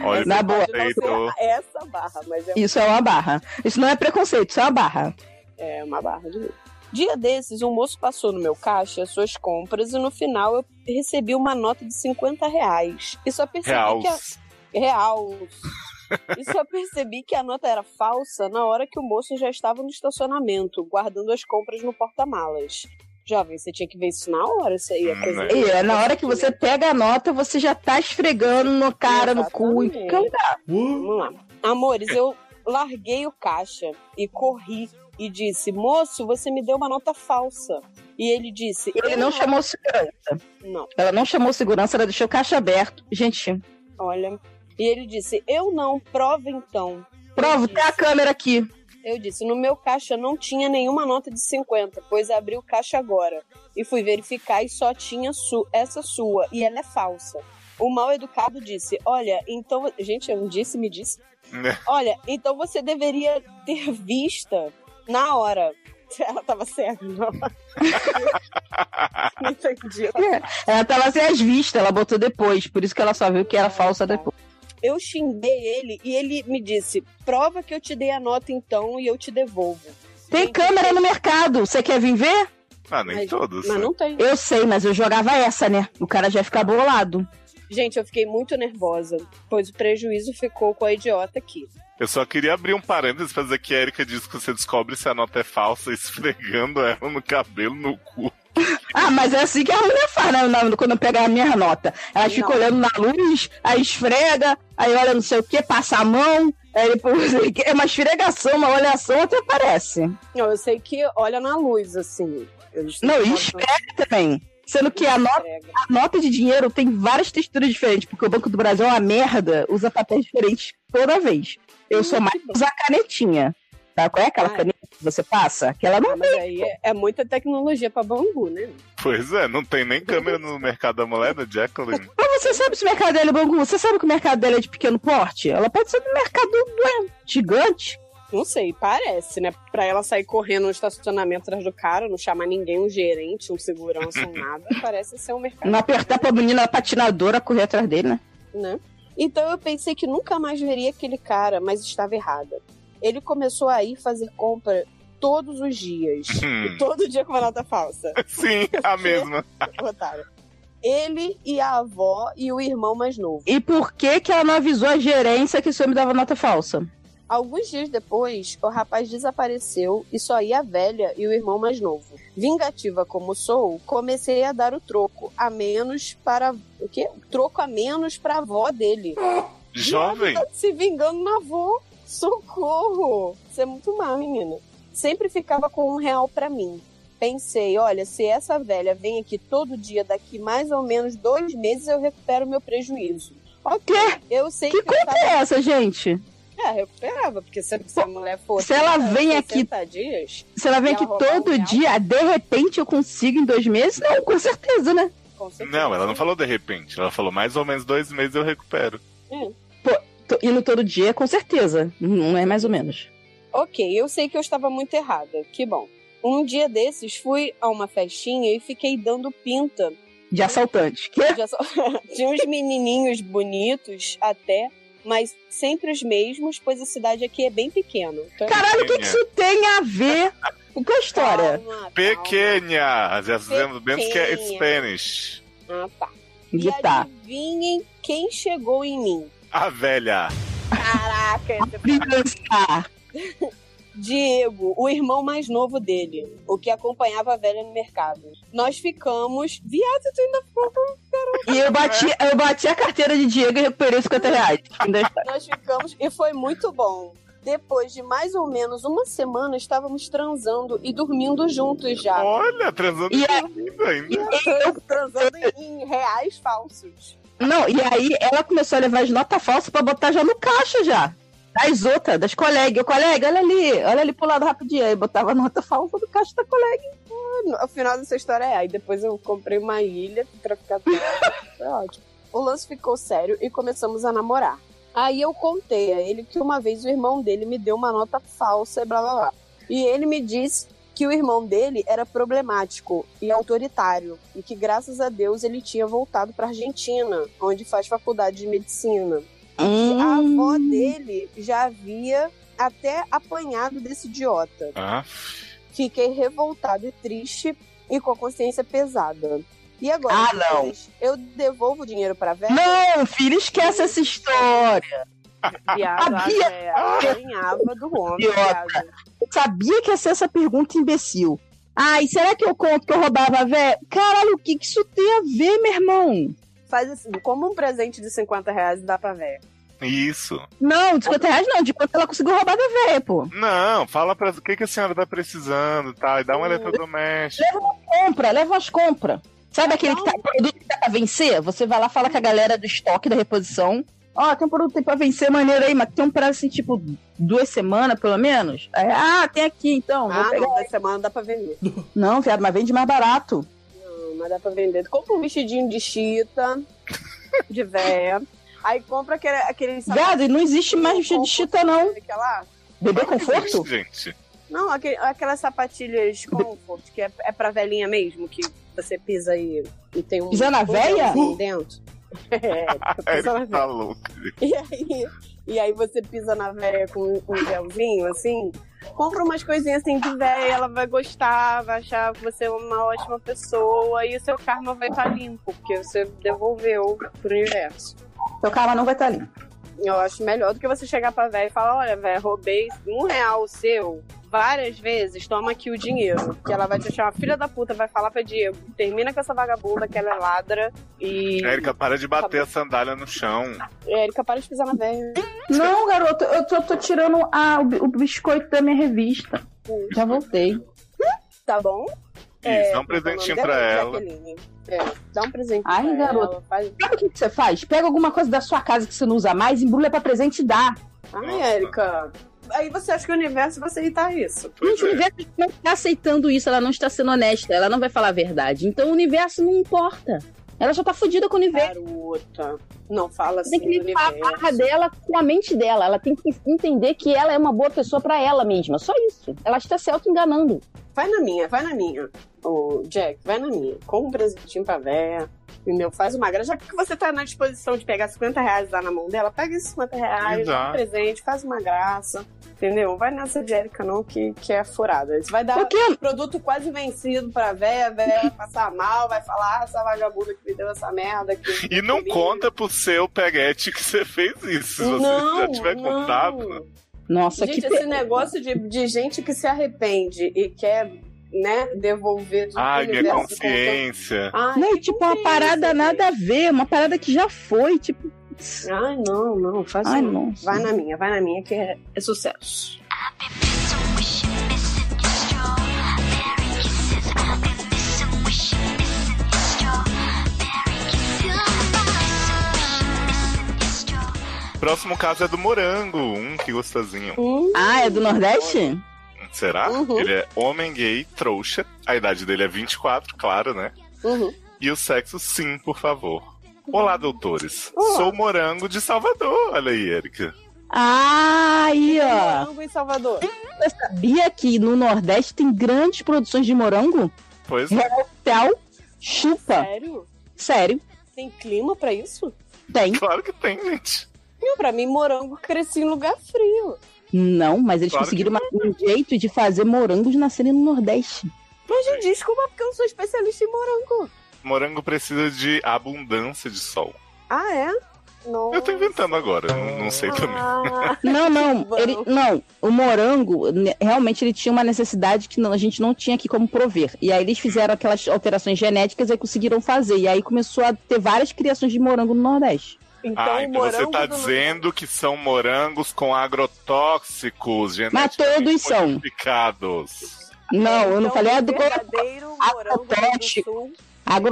A: Olha,
B: Na
A: o
B: boa.
A: preconceito.
C: Não ser essa barra, mas é,
B: isso é uma barra. Isso não é preconceito, isso é uma barra.
C: é uma barra de lei. Dia desses, um moço passou no meu caixa as suas compras e no final eu recebi uma nota de 50 reais. E só percebi que a...
A: Reals.
C: real. E só percebi que a nota era falsa na hora que o moço já estava no estacionamento, guardando as compras no porta-malas. Jovem, você tinha que ver isso na hora, isso aí é
A: Hum,
C: coisa.
B: E é na hora que você pega a nota, você já tá esfregando no cara, no cu. e-
C: Exatamente. Vamos lá. Amores, eu larguei o caixa e corri e disse: Moço, você me deu uma nota falsa. E ele disse:
B: Ele
C: "Eu
B: não chamou segurança.
C: Não,
B: Ela não chamou segurança, ela deixou o caixa aberto. Gente,
C: olha. E ele disse: Eu não, prova então.
B: prova, tem a câmera aqui.
C: Eu disse, no meu caixa não tinha nenhuma nota de 50, pois abri o caixa agora. E fui verificar e só tinha su- essa sua, e ela é falsa. O mal educado disse, olha, então... Gente, eu não disse, me disse.
A: Né?
C: Olha, então você deveria ter vista na hora. [laughs] Ela tava cega, não. não entendi.
B: Ela tava sem as vistas, ela botou depois. Por isso que ela só viu que era falsa depois.
C: Eu xinguei ele e ele me disse, prova que eu te dei a nota então e eu te devolvo.
B: Tem
C: Gente,
B: câmera no mercado, você quer vir ver?
A: Ah, nem
C: Mas-
A: todos.
C: Mas
A: né?
C: não tem.
B: Eu sei, mas eu jogava essa, né? O cara já fica bolado.
C: Gente, eu fiquei muito nervosa, pois o prejuízo ficou com a idiota aqui.
A: Eu só queria abrir um parênteses pra dizer que a Erika diz que você descobre se a nota é falsa [laughs] esfregando ela no cabelo, no cu.
B: Ah, mas é assim que a mulher faz, né? Na- Quando eu pegar a minha nota. Ela fica
C: Não.
B: olhando na luz, aí esfrega, aí olha não sei o que, passa a mão. Aí [laughs] ele- é uma esfregação, uma olhação até parece.
C: Não, eu sei que olha na luz, assim. Eles
B: Não, e
C: botam-
B: esfrega também. Sendo que é a nota,
C: esfrega.
B: a nota de dinheiro tem várias texturas diferentes, porque o Banco do Brasil é uma merda, usa papéis diferentes toda vez. Eu sou mais de usar canetinha. Tá? Qual é aquela
C: Ah.
B: caneta que você passa? Aquela não
C: Ah, Mas aí é, é muita tecnologia pra Bangu, né?
A: Pois é, não tem nem câmera no mercado da moeda,
C: [laughs]
A: Jacqueline.
B: Mas você sabe se o mercado dela é Bangu? Você sabe que o mercado dela é de pequeno porte? Ela pode ser um mercado ué, gigante.
C: Não sei, parece, né? Pra ela sair correndo no estacionamento atrás do cara, não chamar ninguém, um gerente, um segurança, um
B: [laughs]
C: nada, parece ser um mercado.
B: Não apertar pra menina patinadora correr atrás dele, né?
C: né? Então eu pensei que nunca mais veria aquele cara, mas estava errada. Ele começou a ir fazer compra todos
B: [laughs]
C: os dias.
A: Hum.
C: E todo dia com uma nota falsa.
A: Sim, a mesma.
C: Otário. Ele e a avó e o irmão mais novo.
B: E por que que ela não avisou a gerência que o senhor me dava nota falsa?
C: Alguns dias depois, o rapaz desapareceu e só ia a velha e o irmão mais novo. Vingativa como sou, comecei a dar o troco a menos para. O quê? Troco a menos para a avó dele.
A: Jovem,
C: Tá se vingando na avó. Socorro! Isso é muito mal, menina. Sempre ficava com um real pra mim. Pensei, olha, se essa velha vem aqui todo dia, daqui mais ou menos dois meses eu recupero meu prejuízo. Ok, eu sei
B: Que
C: que, eu tava...
B: É essa, gente.
C: É, recuperava, porque se, se a mulher fosse...
B: Se ela vem
C: 60 dias,
B: Se ela vem
C: Ela
B: aqui
C: roubou um
B: todo
C: real?
B: dia, de repente eu consigo em dois meses? Não, com certeza, né?
C: com certeza.
A: Não, ela não falou de repente. Ela falou mais ou menos dois meses eu recupero.
B: Tô indo todo dia, com certeza. Não é mais ou menos.
C: Ok, eu sei que eu estava muito errada, que bom. Um dia desses, fui a uma festinha e fiquei dando pinta
B: De assaltante.
C: [laughs]
B: Que?
C: Já só- Tinha uns menininhos bonitos até, mas sempre os mesmos, pois a cidade aqui é bem pequena. Então,
B: Caralho, o que, que isso tem a ver com a história?
C: Calma, calma.
A: Pequena! Já fizemos menos que é
C: Pequena.
A: Spanish.
C: Ah, tá. E
B: Guitar.
C: adivinhem quem chegou em mim.
A: A velha.
C: Caraca, esse
B: Brilhançar.
C: Diego, o irmão mais novo dele, o que acompanhava a velha no mercado. Nós ficamos. Viado, tu ainda ficou com-
B: E eu bati, eu bati a carteira de Diego e recuperei os 50 reais. Fim da história.
C: Nós ficamos e foi muito bom. Depois de mais ou menos uma semana, estávamos transando e dormindo juntos já.
A: Olha, transando
B: E
A: e
B: a-
A: ainda.
C: Trans- [laughs] transando em em reais falsos.
B: Não, e aí ela começou a levar as notas falsas pra botar já no caixa já. Das outras, das colegas. Eu, colega, olha ali, olha ali pro lado rapidinho. Aí botava a nota falsa do caixa da colega.
C: O final dessa história é, aí depois eu comprei uma ilha pra ficar com ela. [laughs] Foi ótimo. O lance ficou sério e começamos a namorar. Aí eu contei a ele que uma vez o irmão dele me deu uma nota falsa e blá blá blá. E ele me disse que o irmão dele era problemático e autoritário e que graças a Deus ele tinha voltado para Argentina, onde faz faculdade de medicina. E a avó dele já havia até apanhado desse idiota.
A: Ah,
C: Fiquei revoltado e triste e com a consciência pesada. E agora,
B: Ah, não.
C: senhores, eu devolvo o dinheiro pra velha?
B: Não, filho, esquece essa história.
C: Viado,
B: A Bia-
C: a véia apanhava do homem,
B: Idiota.
C: viado.
B: Eu sabia que ia ser essa pergunta imbecil. Ai, será que eu conto que eu roubava véia? Caralho, o que, que isso tem a ver, meu irmão?
C: Faz assim, como um presente de 50 reais e dá pra véia.
A: isso.
B: Não, de 50 reais não, de quanto ela conseguiu roubar da véia, pô.
A: Não, fala pra. O que, que a senhora tá precisando, tá? E dá
C: Hum.
A: uma eletrodoméstica.
B: Compra, leva as compras. Sabe aquele que tá,
C: Não.
B: produto que tá pra vencer? Você vai lá, fala com a galera do estoque da reposição. Ó, tem um produto aí pra vencer, maneiro aí, mas tem um prazo assim, tipo, duas semanas, pelo menos. Aí, ah, tem aqui, então. vou
C: Ah,
B: pegar.
C: não, na semana dá pra vender.
B: Não, viado, mas vende mais barato.
C: Não, mas dá pra vender. Compra um vestidinho de chita, de véia. Aí compra aquele, aquele
B: Viado, e não existe mais vestido de chita, não.
C: Aquela,
B: Bebê
A: Isso,
B: conforto?
A: gente.
C: não, aquele, aquelas sapatilhas comfort, que é, é pra velhinha mesmo, que você pisa e, e tem um...
B: Pisa na
C: um
B: véia?
C: negocinho [laughs] Dentro. É, pisa na
A: Ele
C: véia.
A: tá louco.
C: E aí, e aí você pisa na véia com um gelzinho, assim. Compra umas coisinhas assim de véia, ela vai gostar, vai achar você é uma ótima pessoa e o seu karma vai estar limpo, porque você devolveu pro universo.
B: Seu cara não vai estar ali.
C: Eu acho melhor do que você chegar pra véia e falar: olha, véia, roubei um real seu várias vezes, toma aqui o dinheiro. Que ela vai te achar uma filha da puta, vai falar pra Diego: termina com essa vagabunda que ela é ladra e. é
A: Érica, para de bater a sandália no chão.
C: Érica, para de pisar na véia.
B: Não, garoto, eu tô, eu tô tirando a- o, bi- o biscoito da minha revista. Já voltei.
C: Tá bom?
A: Isso, dá um
C: como é o
A: presentinho
C: nome
A: pra
C: dela?
A: ela.
C: Jaqueline. É, dá um presente
B: Ai,
C: pra
B: garoto.
C: ela. Faz...
B: Sabe o que, que você faz? Pega alguma coisa da sua casa que você não usa mais, embrulha pra presente e dá.
A: Nossa.
C: Ai, Érica. Aí você acha que o universo vai aceitar isso.
A: Pois
B: Gente, o
A: é.
B: universo não está aceitando isso, ela não está sendo honesta, ela não vai falar a verdade. Então o universo não importa. Ela já tá fudida com o universo.
C: Garota. Não fala assim
B: Tem que
C: do
B: limpar a barra
C: universo.
B: dela com a mente dela. Ela tem que entender que ela é uma boa pessoa pra ela mesma. Só isso. Ela está se auto-enganando.
C: Vai na minha, vai na minha. Ô, Jack, vai na minha. Compra um presentinho pra véia. Meu, faz uma graça. Já que você tá na disposição de pegar 50 reais lá na mão dela, pega esses 50 reais, dá um
A: Exato.
C: presente, faz uma graça. Entendeu? Não Vai nessa de Érica, não, que, que é furada. Isso vai dar.
B: Por quê?
C: produto quase vencido pra véia, a véia vai passar mal, vai falar, "Ah, essa vagabunda que me deu essa merda. Que
A: E não conta pro seu peguete que você fez isso. Se você já tiver contado. né?"
B: Nossa,
C: Gente,
B: que
C: esse negócio de, de gente que se arrepende e quer, né, devolver tudo
A: Ai,
C: pro
A: minha
C: universo
A: consciência.
C: contando- Ai,
B: Não,
C: que
B: tipo, uma
C: consciência,
B: parada
C: gente.
B: nada a ver, uma parada que já foi, tipo.
C: Ai, não, não, faz
B: Ai,
C: não.
B: nossa.
C: Vai na minha, vai na minha que é, é sucesso.
A: Próximo caso é do morango. Hum, que gostosinho.
B: Ah, é do Nordeste?
A: Será?
C: Uhum.
A: Ele é homem gay, trouxa. A idade dele é 24, claro, né?
C: Uhum.
A: E o sexo, sim, por favor. Olá, doutores.
C: Olá.
A: Sou morango de Salvador. Olha aí, Erika.
B: Ah, aí, ó.
C: Morango em Salvador.
B: Você sabia que no Nordeste tem grandes produções de morango?
A: Pois é.
B: Tel, chupa.
C: Sério?
B: Sério,
C: Tem clima pra isso?
B: tem.
A: Claro que tem, gente.
C: Não, pra mim, morango crescia em lugar frio.
B: Não, mas eles
A: Claro
B: conseguiram uma- um jeito de fazer morangos nascerem no Nordeste.
C: Mas, gente, desculpa, porque eu não sou especialista em morango.
A: Morango precisa de abundância de sol.
C: Ah, é? Não.
A: Eu tô inventando agora, não, não sei também. [laughs]
C: Ah,
B: Não, não,
C: Vamos.
B: ele, não. O morango, né, realmente, ele tinha uma necessidade que não- a gente não tinha aqui como prover. E aí eles fizeram aquelas alterações genéticas e conseguiram fazer. E aí começou a ter várias criações de morango no Nordeste.
C: então,
A: Ah, então você
C: morango
A: tá
C: do-
A: dizendo que são morangos com agrotóxicos
B: Mas
A: geneticamente
B: todos são.
A: modificados.
B: Não, eu não
C: Então,
B: falei
C: o
B: é do
C: verdadeiro morango do
B: Apotético.
C: sul.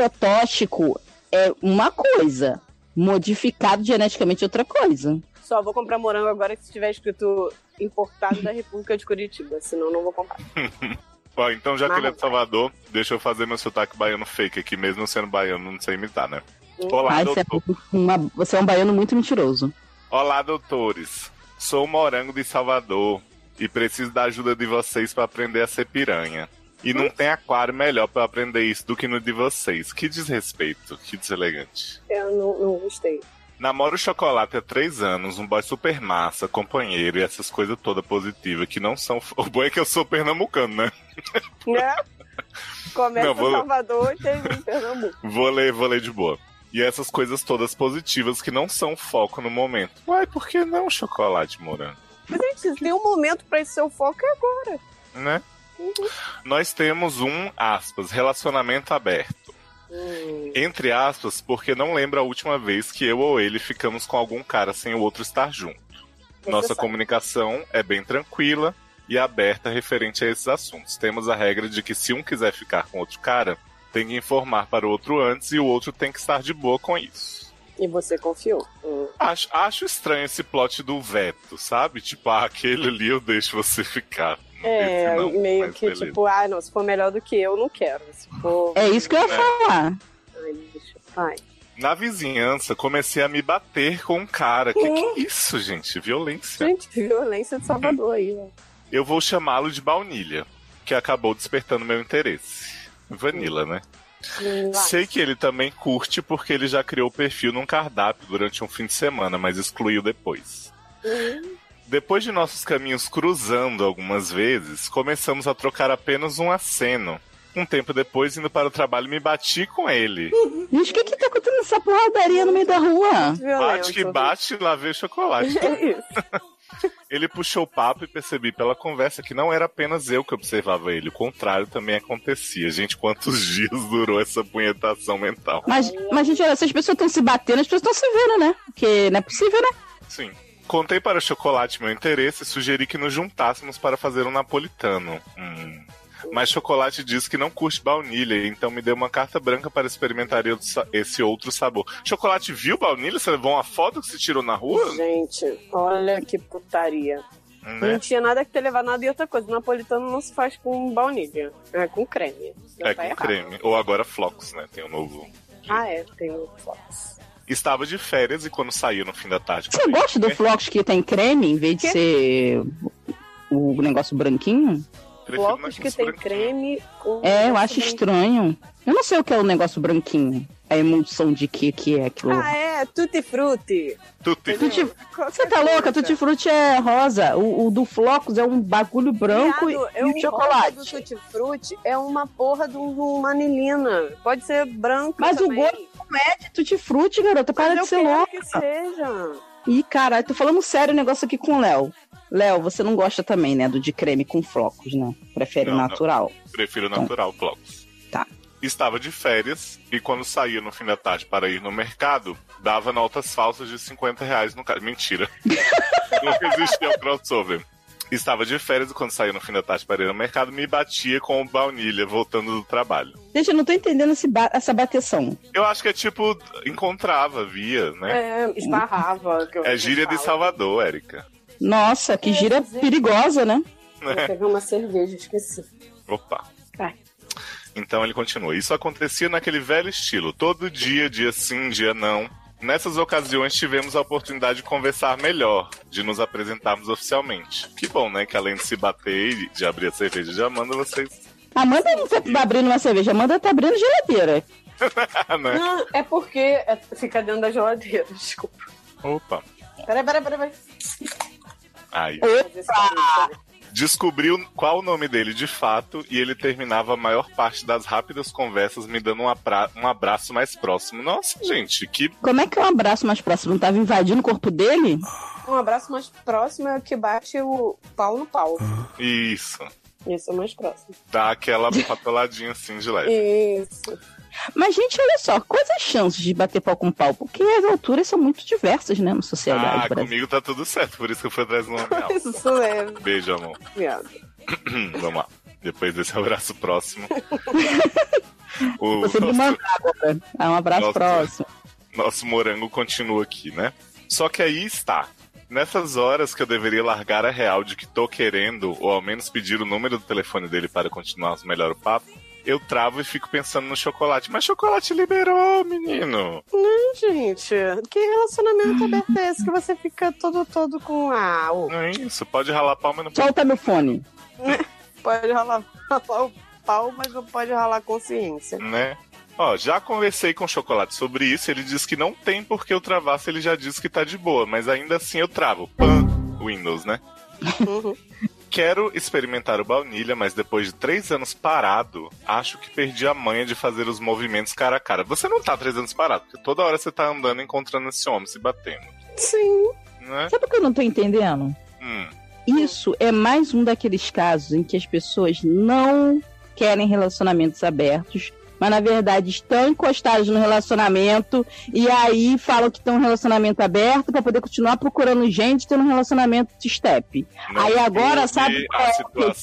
B: agrotóxico é uma coisa, modificado geneticamente é outra coisa.
C: Só vou comprar morango agora se tiver escrito importado da República de Curitiba, senão não vou comprar.
A: Ó, então já que
C: Mas
A: ele é de Salvador, deixa eu fazer meu sotaque baiano fake aqui, mesmo eu sendo baiano, não sei imitar, né?
C: Hum,
A: Olá,
B: Ah, você, é
A: doutor.
B: uma- você é um baiano muito mentiroso.
A: Olá, doutores. Sou um morango de Salvador e preciso da ajuda de vocês para aprender a ser piranha. E
C: Hum.
A: não tem aquário melhor pra aprender isso do que no de vocês. Que desrespeito, que deselegante.
C: Eu não, não gostei.
A: Namoro chocolate há três anos, um boy super massa, companheiro e essas coisas todas positivas que não são. [laughs] O bom é que eu sou pernambucano, né?
C: Né? Começa
A: Não, vou-
C: em Salvador e termina em Pernambuco.
A: Vou ler, vou ler de boa. E essas coisas todas positivas que não são foco no momento. Uai, por que não chocolate, morango?
C: Gente, se tem um momento pra esse seu foco, é agora.
A: Né? Nós temos um, aspas, relacionamento aberto.
C: Hum,
A: Entre aspas, porque não lembro a última vez que eu ou ele ficamos com algum cara sem o outro estar junto. Nossa
C: necessário.
A: comunicação é bem tranquila e aberta referente a esses assuntos. Temos a regra de que se um quiser ficar com outro cara, tem que informar para o outro antes e o outro tem que estar de boa com isso.
C: E você confiou? Hum.
A: Acho, acho estranho esse plot do veto, sabe? Tipo, ah, aquele ali eu deixo você ficar.
C: É,
A: Esse não,
C: meio
A: mas
C: que
A: beleza.
C: tipo, ah, não, se for melhor do que eu, não quero. Se for.
B: É isso que eu ia falar.
C: Ai, deixa. Ai.
A: Na vizinhança, comecei a me bater com um cara. Que, que isso, gente? Violência.
C: Gente, que violência de Salvador aí, né?
A: Eu vou chamá-lo de baunilha, que acabou despertando meu interesse. Vanilla, né?
C: Hum, lá.
A: Sei que ele também curte porque ele já criou o perfil num cardápio durante um fim de semana, mas excluiu depois.
C: Hum,
A: Depois de nossos caminhos cruzando algumas vezes, começamos a trocar apenas um aceno. Um tempo depois, indo para o trabalho, me bati com ele.
B: Gente, o que que tá acontecendo nessa porradaria no meio da rua?
C: Violento.
A: Bate que bate, lá veio chocolate.
C: [laughs] É isso.
A: Ele puxou o papo e percebi pela conversa que não era apenas eu que observava ele. O contrário também acontecia. Gente, quantos [laughs] dias durou essa punhetação mental?
B: Mas, mas gente, olha, se as pessoas estão se batendo, as pessoas estão se vendo, né? Porque não é possível, né?
A: Sim. Contei para o chocolate meu interesse e sugeri que nos juntássemos para fazer um napolitano. Hum. Mas Chocolate disse que não curte baunilha, então me deu uma carta branca para experimentar eu- esse outro sabor. Chocolate viu baunilha? Você levou uma foto que se tirou na rua?
C: Gente, olha que putaria.
A: Né?
C: Não tinha nada que ter levado nada e outra coisa. Napolitano não se faz com baunilha. É com creme. Já
A: É,
C: tá
A: com
C: errado.
A: creme. Ou agora flocos, né? Tem o novo.
C: Ah, é, tem o Fox.
A: Estava de férias e quando saiu no fim da tarde...
B: Você gosta do Flox que tem creme em vez de
C: Quê?
B: ser o negócio branquinho?
A: Prefiro
C: Flocos que
A: naqueles
C: tem
A: branquinhos.
C: creme com.
B: É, eu acho
C: com-
B: estranho. Eu não sei o que é o negócio branquinho. A emulsão de que que é aquilo.
C: Ah, é, tutti frutti.
A: Tutti.
C: Entendeu?
B: Tutti-
C: Qualquer
B: Você tá louca?
C: coisa.
B: Tutti Frutti é rosa. O, o do Flocos é um bagulho branco
C: Viado,
B: e,
C: é
B: e
C: um
B: chocolate.
C: rosa Do tutti frutti é uma porra de um- de uma anilina. Pode ser branco
B: Mas o
C: também.
B: gosto Não é de Tutti Frutti, garota. Para
C: Mas eu
B: de ser
C: quero
B: louca.
C: que seja.
B: Ih, caralho, tô falando sério o negócio aqui com o Léo. Léo, você não gosta também, né, do de creme com flocos, né? Prefere o
A: Não, não.
B: natural.
A: Prefiro natural, Flocos.
B: Tá.
A: Estava de férias e quando saía no fim da tarde para ir no mercado, dava notas falsas de 50 reais no cara. Mentira. Não existia o crossover. Estava de férias e quando saía no fim da tarde para ir no mercado, me batia com o baunilha voltando do trabalho.
B: Gente, eu não tô entendendo esse ba- essa bateção.
A: Eu acho que é tipo, encontrava, via, né?
C: É, esbarrava. que eu-
A: É, gíria
C: que eu
A: de
C: falo.
A: Salvador, Érica.
B: Nossa, que gira
C: dizer-
B: perigosa, né?
C: Eu peguei uma cerveja, esqueci.
A: Opa.
C: Vai.
A: Então ele continua. Isso acontecia naquele velho estilo, todo dia, dia sim, dia não. Nessas ocasiões tivemos a oportunidade de conversar melhor, de nos apresentarmos oficialmente. Que bom, né? Que além de se bater e de abrir a cerveja de Amanda, vocês. [laughs]
B: Amanda não tá
A: Hum.
B: abrindo uma cerveja, Amanda tá abrindo geladeira.
A: Ah, né?
C: Não, é porque é- fica dentro da geladeira, [laughs] desculpa.
A: Opa.
C: Peraí, peraí, peraí. peraí.
A: Aí.
C: Fazer esse barulho,
A: Descobriu qual o nome dele de fato e ele terminava a maior parte das rápidas conversas me dando um, apra- um abraço mais próximo. Nossa, gente, que
B: Como é que é um abraço mais próximo? Não tava invadindo o corpo dele?
C: peraí. Um abraço mais próximo é o que bate o pau no pau.
A: isso.
C: Isso é o mais próximo.
A: Dá aquela [laughs] patoladinha assim de leve.
C: Isso.
B: Mas, gente, olha só, quais as chances de bater pau com pau? Porque as alturas são muito diversas, né, na sociedade
A: Ah,
B: brasileira.
A: comigo tá tudo certo, por isso que eu fui atrás do nome
C: [laughs]
A: real.
C: Isso é,
A: Beijo, amor. Hum,
C: viado.
A: Vamos lá. Depois desse abraço próximo. o
B: Você me
A: nosso,
B: manda agora. Ah, um abraço
A: Nossa.
B: próximo.
A: nosso morango continua aqui, né? Só que aí está. Nessas horas que eu deveria largar a real de que tô querendo, ou ao menos pedir o número do telefone dele para continuar melhor o papo, eu travo e fico pensando no chocolate. Mas chocolate liberou, menino!
C: Gente, que relacionamento aberto é esse que você fica todo, todo com ah, a...
A: Não é isso, pode ralar a palma e não pode.
B: Solta meu fone.
C: Pode rolar, rolar [laughs] o pau, mas não pode ralar consciência.
A: né? Ó, já conversei com o Chocolate sobre isso, ele diz que não tem porque eu travar se ele já disse que tá de boa, mas ainda assim eu travo. Pan, Windows, né?
C: Uhum.
A: Quero experimentar o baunilha, mas depois de três anos parado, acho que perdi a manha de fazer os movimentos cara a cara. Você não tá três anos parado, porque toda hora você tá andando e encontrando esse homem, se batendo,
C: Sim.
A: né?
B: Sabe o que eu não tô entendendo?
A: Hum,
B: Isso é mais um daqueles casos em que as pessoas não querem relacionamentos abertos, mas na verdade estão encostadas no relacionamento e aí falam que estão em relacionamento aberto pra poder continuar procurando gente tendo um relacionamento de step.
A: não
B: Aí agora,
A: vive
B: sabe qual é
A: a
B: a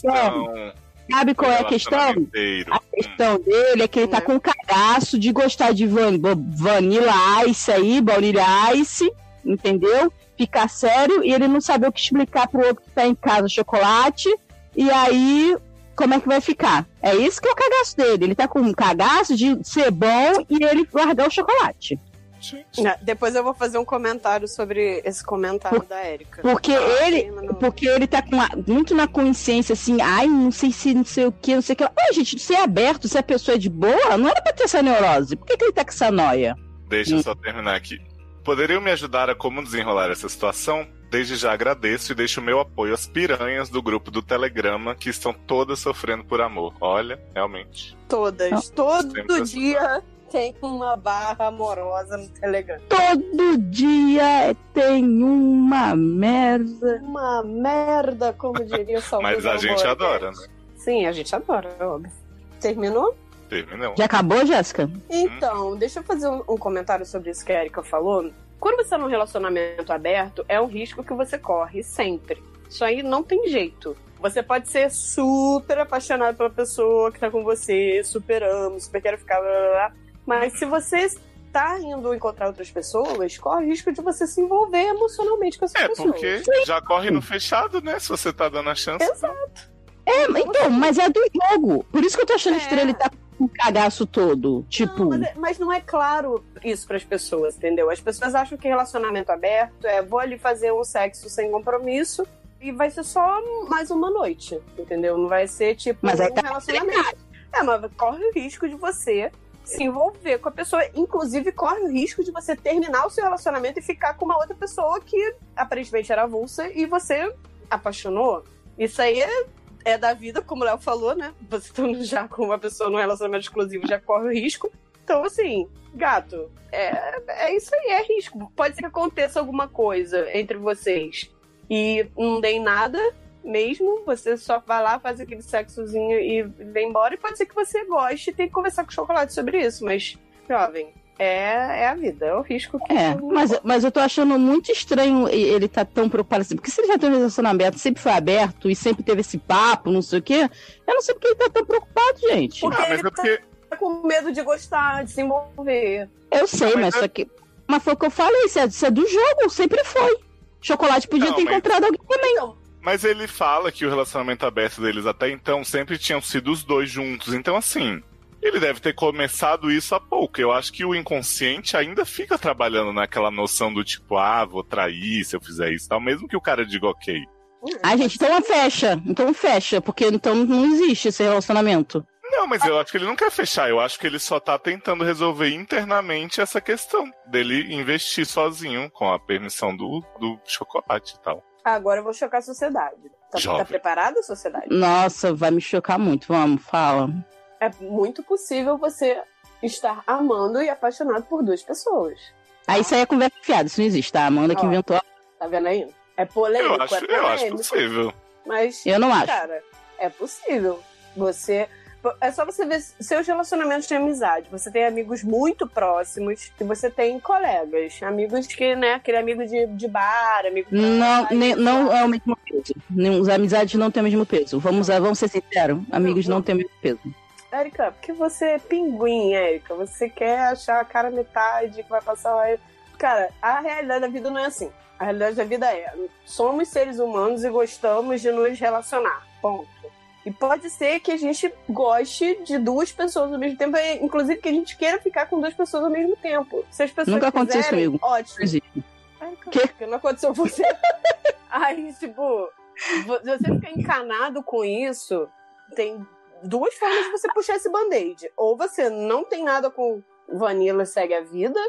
A: situação?
B: Sabe qual é a questão? Ah,
A: relacionamenteiro.
B: A questão dele é que ele tá
C: Né?
B: com cagaço de gostar de van, bo- Vanilla Ice aí, Baunilha Ice, entendeu? Ficar sério e ele não saber o que explicar pro outro que tá em casa chocolate. E aí, como é que vai ficar? É isso que é o cagaço dele. Ele tá com um cagaço de ser bom e ele guardar o chocolate.
A: Gente,
C: Né, Depois eu vou fazer um comentário sobre esse comentário da Érica.
B: Porque ele,
C: Não, não.
B: Porque ele tá com a- muito na consciência, assim, ai, não sei se não sei o que, não sei o que. Ué, gente, se é aberto, se a pessoa é de boa, não era pra ter essa neurose. Por que, que ele tá com essa noia?
A: Deixa eu só terminar aqui. Poderiam me ajudar a como desenrolar essa situação? Desde já agradeço e deixo o meu apoio às piranhas do grupo do Telegrama que estão todas sofrendo por amor. Olha, realmente.
B: Não.
C: Todas.
A: Sempre assim, né?
C: Todo dia tem uma barra amorosa no Telegram.
B: Todo dia tem uma merda.
C: Uma merda, como
A: [laughs]
C: diria o Salvador.
A: Mas a gente
C: Borges.
A: adora, né?
C: Sim, a gente adora, é óbvio. Terminou?
A: Terminou.
B: Já acabou, Jéssica?
A: Uhum.
C: Então, deixa eu fazer um, um comentário sobre isso que a Erika falou. Quando você está num relacionamento aberto, é um risco que você corre sempre. Isso aí não tem jeito. Você pode ser super apaixonado pela pessoa que tá com você, super amo, super quero ficar, blá, blá, blá. mas se você está indo encontrar outras pessoas, corre o risco de você se envolver emocionalmente com essas
A: É,
C: pessoas.
A: porque já corre no fechado, né? Se você tá dando a chance.
C: Exato.
B: É, então, mas é do jogo. Por isso que eu tô achando
C: É.
B: estranho ele tá com o cagaço todo. Tipo,
C: Não, mas, é- mas não é claro isso para as pessoas, entendeu? As pessoas acham que relacionamento aberto é vou ali fazer um sexo sem compromisso e vai ser só mais uma noite, entendeu? Não vai ser tipo
B: Mas aí
C: um
B: tá
C: relacionamento. É, mas corre o risco de você se envolver com a pessoa, inclusive corre o risco de você terminar o seu relacionamento e ficar com uma outra pessoa que aparentemente era avulsa e você apaixonou. Isso aí é, é da vida, como o Léo falou, né? Você estando já com uma pessoa num relacionamento exclusivo já corre o risco. Então, assim, gato, é, é isso aí, é risco. Pode ser que aconteça alguma coisa entre vocês e não dê em nada mesmo. Você só vai lá, faz aquele sexozinho e vem embora. E pode ser que você goste e tem que conversar com o chocolate sobre isso, mas, jovem. É, é a vida, é o risco que.
B: É, mas, mas eu tô achando muito estranho e- ele tá tão preocupado assim. Porque se ele já tem um relacionamento, sempre foi aberto e sempre teve esse papo, não sei o quê, eu não sei porque ele tá tão preocupado, gente.
C: Porque
A: Ah, mas
C: ele
A: é porque
C: tá com medo de gostar, de se envolver.
B: Eu sei,
A: Não, mas é-
B: mas só que. Mas foi o que eu falei, isso é, isso é do jogo, sempre foi. Chocolate podia
A: Não,
B: ter
A: mas-
B: encontrado alguém também.
C: Então,
A: Mas ele fala que o relacionamento aberto deles até então sempre tinham sido os dois juntos. Então, assim, ele deve ter começado isso há pouco. Eu acho que o inconsciente ainda fica trabalhando naquela noção do tipo, ah, vou trair se eu fizer isso e tal. Mesmo que o cara diga ok.
B: Ah, gente, então fecha. Então fecha, porque então não existe esse relacionamento.
A: Não, mas eu acho que ele não quer fechar. Eu acho que ele só tá tentando resolver internamente essa questão dele investir sozinho com a permissão do, do chocolate e tal.
C: Agora eu vou chocar a sociedade. Tá,
A: Jovem.
C: tá preparada a sociedade?
B: Hum. Nossa, vai me chocar muito. Vamos, fala.
C: É muito possível você estar amando e apaixonado por duas pessoas.
B: Aí isso aí é conversa fiada, isso não existe, tá? A Amanda que
C: Ó.
B: inventou.
C: Tá vendo aí? É polêmico,
A: eu acho,
C: é
A: eu acho
C: polêmico.
A: possível.
C: mas,
B: Eu não acho.
C: cara, é possível. Você. É só você ver seus relacionamentos de amizade. Você tem amigos muito próximos e você tem colegas. Amigos que, né, aquele amigo de, de bar, amigo. pra
B: Não,
C: lá,
B: nem-
C: pra
B: não
C: lá.
B: é o mesmo peso. Nem- As amizades não têm o mesmo peso. Vamos, vamos ser sinceros, amigos não têm o mesmo peso.
C: Érica, porque você é pinguim, Érica. Você quer achar a cara metade que vai passar lá. Cara, a realidade da vida não é assim. A realidade da vida é: somos seres humanos e gostamos de nos relacionar. Ponto. E pode ser que a gente goste de duas pessoas ao mesmo tempo, e, inclusive que a gente queira ficar com duas pessoas ao mesmo tempo. Se as pessoas
B: Nunca aconteceu
C: quiserem,
B: comigo. Não
C: Ótimo.
B: existe.
C: Ai, cara,
B: Quê?
C: que não aconteceu com você. [laughs] Aí, tipo, vo- você fica encanado com isso, tem duas formas de você puxar esse band-aid. Ou você não tem nada com vanilla e segue a vida,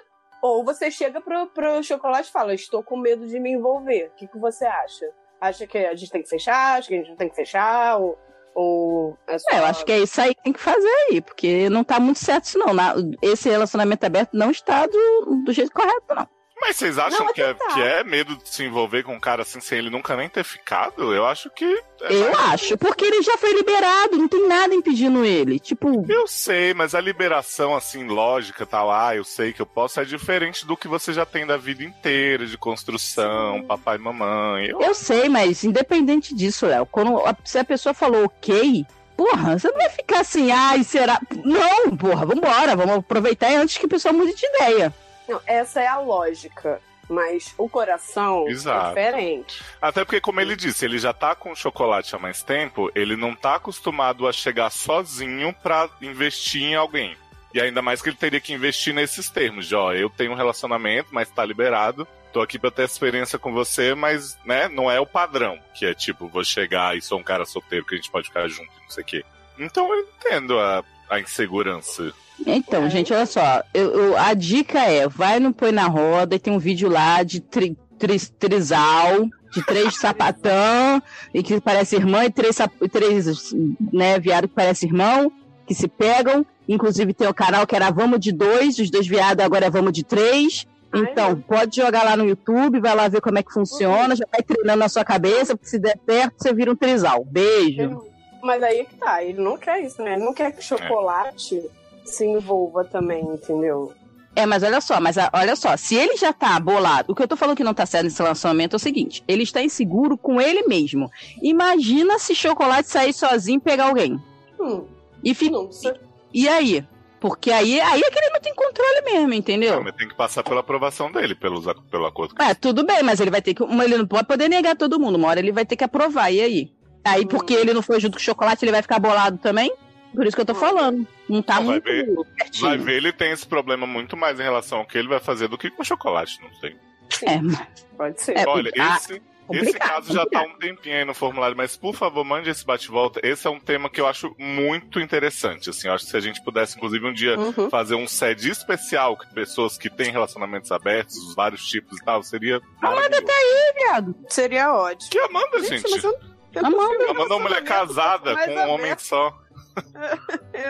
C: ou você chega pro, pro chocolate e fala: Estou com medo de me envolver. O que, que você acha? Acha que a gente tem que fechar? Acha que a gente não tem que fechar? Ou. ou é só-
B: É, eu acho que é isso aí que tem que fazer aí, porque não tá muito certo isso não. Na- Esse relacionamento aberto não está do, do jeito correto, não.
A: Mas vocês acham
C: Não,
A: que, é,
C: tentar.
A: que é medo de se envolver com um cara assim sem ele nunca nem ter ficado? Eu acho que. é
B: Eu
A: mais-
B: acho, porque ele já foi liberado, não tem nada impedindo ele. Tipo,
A: Eu sei, mas a liberação, assim, lógica, tá lá, eu sei que eu posso, é diferente do que você já tem da vida inteira, de construção, papai e mamãe. Eu-
B: eu sei, mas independente disso, Léo, quando a- se a pessoa falou ok, porra, você não vai ficar assim, ai, será? Não, porra, vambora, vamos aproveitar antes que o pessoal mude de ideia.
C: Não, essa é a lógica. Mas o coração
A: Exato.
C: é diferente.
A: Até porque, como ele disse, ele já tá com o chocolate há mais tempo, ele não tá acostumado a chegar sozinho pra investir em alguém. E ainda mais que ele teria que investir nesses termos, de ó, eu tenho um relacionamento, mas tá liberado. Tô aqui pra ter experiência com você, mas, né, não é o padrão. Que é tipo, vou chegar e sou um cara solteiro que a gente pode ficar junto, não sei o quê. Então eu entendo a, a insegurança.
B: Então,
C: É.
B: gente, olha só. eu- eu- a dica é: vai no Põe na Roda e tem um vídeo lá de tri, tris- trisal, de
C: [laughs]
B: três sapatão, e que parece irmã, e três, sap- e três né, viado que parece irmão, que se pegam. Inclusive tem o canal que era Vamos de Dois, os dois viados agora é Vamos de Três.
C: Ai,
B: Então,
C: meu.
B: pode jogar lá no YouTube, vai lá ver como é que
C: Uhum.
B: funciona, já vai treinando na sua cabeça, porque se der certo, você vira um trisal. Beijo.
C: Mas aí é que tá, ele não quer isso, né? Ele não quer que o chocolate se envolva também, entendeu?
B: É, mas olha só, mas a- olha só, se ele já tá bolado, o que eu tô falando que não tá certo nesse relacionamento é o seguinte, ele está inseguro com ele mesmo. Imagina se chocolate sair sozinho e pegar alguém.
C: Hum,
B: E, fi-
C: não sei.
B: e aí? Porque aí, aí é que ele não tem controle mesmo, entendeu?
A: Mas tem que passar pela aprovação dele, pelos, ac- pelo acordo.
B: É, tudo bem, mas ele vai ter que. mas Ele não pode poder negar todo mundo. Uma hora ele vai ter que aprovar. E aí? Aí,
C: Hum.
B: porque ele não foi junto com o chocolate, ele vai ficar bolado também? Por isso que eu tô falando. Não tá
A: Não, Hum. vai
B: muito
A: ver.
B: certinho.
A: Vai ver, ele tem esse problema muito mais em relação ao que ele vai fazer do que com chocolate, não sei.
C: Pode ser.
B: É,
A: Olha,
B: ah,
A: esse, esse caso já tá um tempinho aí no formulário, mas por favor, mande esse bate-volta. Esse é um tema que eu acho muito interessante, assim. Eu acho que se a gente pudesse, inclusive, um dia
C: Uhum.
A: fazer um sede especial com pessoas que têm relacionamentos abertos, os vários tipos e tal, seria maravilhoso.
B: Viado.
C: Seria ótimo.
A: Que Amanda, gente?
C: Gente, mas eu, eu
B: Amanda.
C: prefiro
A: Amanda é uma mulher
C: relacionamento
A: casada
C: mais
A: com um homem
C: aberto.
A: só.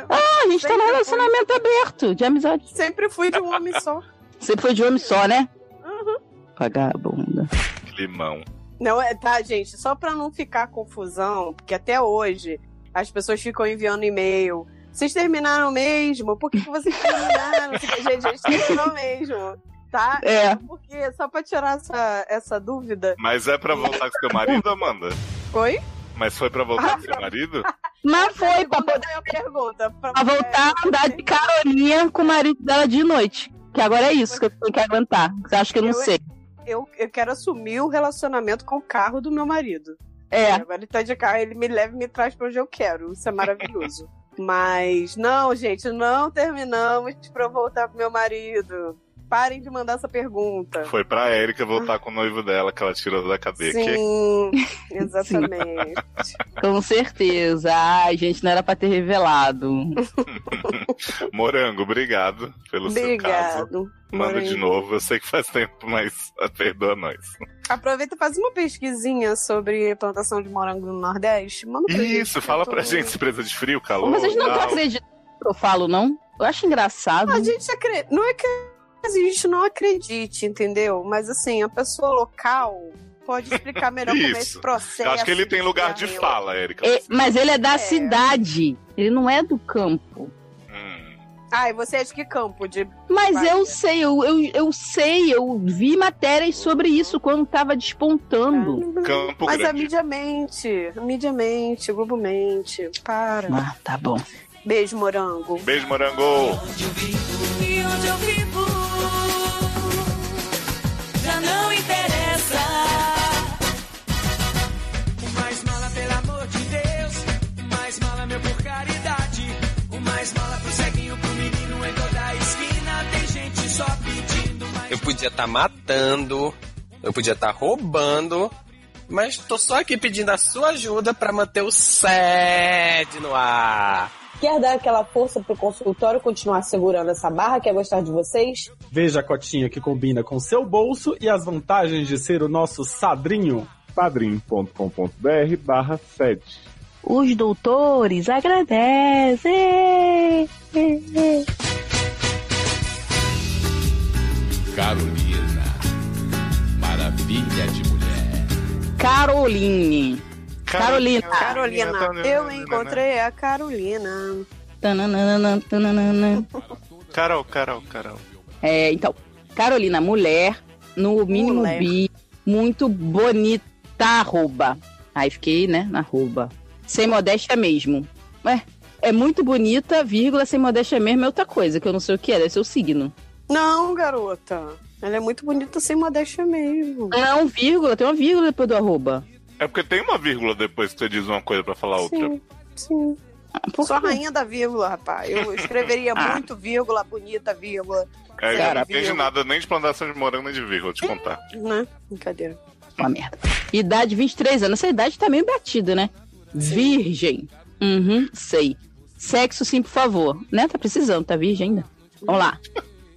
B: Ah, a gente tá
C: Sempre
B: num
C: foi.
B: relacionamento aberto, de amizade.
C: Sempre fui de um homem só.
B: Sempre foi de homem só, né?
C: Uhum.
B: Vagabunda.
A: Limão.
C: Não, é, tá, gente, só pra não ficar confusão, porque até hoje as pessoas ficam enviando e-mail. Vocês terminaram mesmo? Por que, que vocês terminaram? gente, a gente terminou mesmo, tá?
B: É.
C: Porque, só pra tirar essa, essa dúvida.
A: Mas é pra voltar com seu marido, Amanda?
C: Oi?
A: Mas foi pra voltar
C: [laughs]
A: com seu marido?
B: Mas foi pra, poder,
C: a pergunta. Pra
B: pra voltar a andar de caroninha com o marido dela de noite. Que agora é isso que eu tenho que aguentar. Você acha que eu não
C: Eu-
B: sei?
C: é, Eu, eu quero assumir o relacionamento com o carro do meu marido. E
B: É.
C: Agora ele tá de carro, ele me leva e me traz pra onde eu quero. Isso é maravilhoso.
A: [laughs]
C: Mas, não, gente, não terminamos pra eu voltar pro meu marido. Parem de mandar essa pergunta.
A: Foi pra Érica voltar com o noivo dela, que ela tirou da cadeia. Que
C: Sim, [laughs]
A: [laughs]
C: exatamente. é.
B: Com certeza. Ai, gente, não era pra ter revelado.
A: Morango, obrigado pelo seu caso.
C: Obrigado.
A: Manda
C: Morango.
A: de novo, eu sei que faz tempo, mas ah, perdoa nós.
C: Aproveita e faz uma pesquisinha sobre plantação de morango no Nordeste. Manda pra gente,
A: Isso,
C: eu
A: fala
C: tô-
A: pra gente se presa de frio, calor.
B: Vocês não estão
A: tal.
B: acreditando no que eu falo, não? Eu acho engraçado.
C: A gente acre- não é que a gente não acredite, entendeu? Mas assim, a pessoa local pode explicar melhor
A: [laughs]
C: como é
A: Isso.
C: esse processo.
A: Eu acho que ele tem lugar de
C: entendeu?
A: fala, Érica.
B: É, mas ele é da
C: É.
B: cidade. Ele não é do campo.
A: Hum.
C: Ah, e você é de que campo? De...
B: Mas
C: Vai,
B: eu
C: né?
B: sei, eu, eu, eu sei, eu vi matérias sobre isso quando tava despontando.
A: Campo
C: Mas a
A: Grande.
C: mídia mente. A mídia mente, o Globo mente. Para.
B: Ah, tá bom.
C: Beijo, morango.
A: Beijo, Morango.
G: E onde eu vivo já não interessa.
E: O mais mala, pelo amor de Deus. O mais mala, meu, por caridade. O mais mala pro ceguinho, pro menino em toda a esquina. Tem gente só pedindo mais.
H: tá Eu podia estar matando, eu podia estar tá roubando, Mas tô só aqui pedindo a sua ajuda pra manter o sede no ar.
C: Quer dar aquela força pro consultório continuar segurando essa barra? Quer gostar de vocês?
J: Veja a cotinha que combina com seu bolso e as vantagens de ser o nosso sadrinho.
K: padrim.com.br barra 7.
L: Os doutores agradecem.
M: Carolina, maravilha de mulher.
B: Caroline. Carolina.
A: Ah,
C: Carolina,
A: é né?
C: eu encontrei a Carolina.
B: Tananana, tananana.
A: Carol, Carol, Carol.
B: É, então, Carolina, mulher, no mínimo
A: Mulher.
B: bi, muito bonita, arroba. Aí fiquei, né, na arroba. Sem modéstia mesmo. Ué, é muito bonita, vírgula, sem modéstia mesmo é outra coisa, que eu não sei o que é, deve ser o signo.
C: Não, garota. Ela é muito bonita sem modéstia mesmo.
B: Não, vírgula, tem uma vírgula depois do arroba.
A: É porque tem uma vírgula depois que você diz uma coisa pra falar outra.
C: Sim, sim. Sou a rainha da vírgula, rapaz.
B: [laughs]
C: Eu escreveria
B: Ah.
C: muito vírgula, bonita vírgula.
A: É, eu não
C: Cara,
A: entende nada nem de plantação de morango nem de vírgula, te contar.
C: Né? Brincadeira.
B: Uma merda. Idade 23 anos. Essa idade tá meio batida, né? Virgem. Uhum, sei. Sexo sim, por favor. Né? Tá precisando, tá virgem ainda. Vamos lá.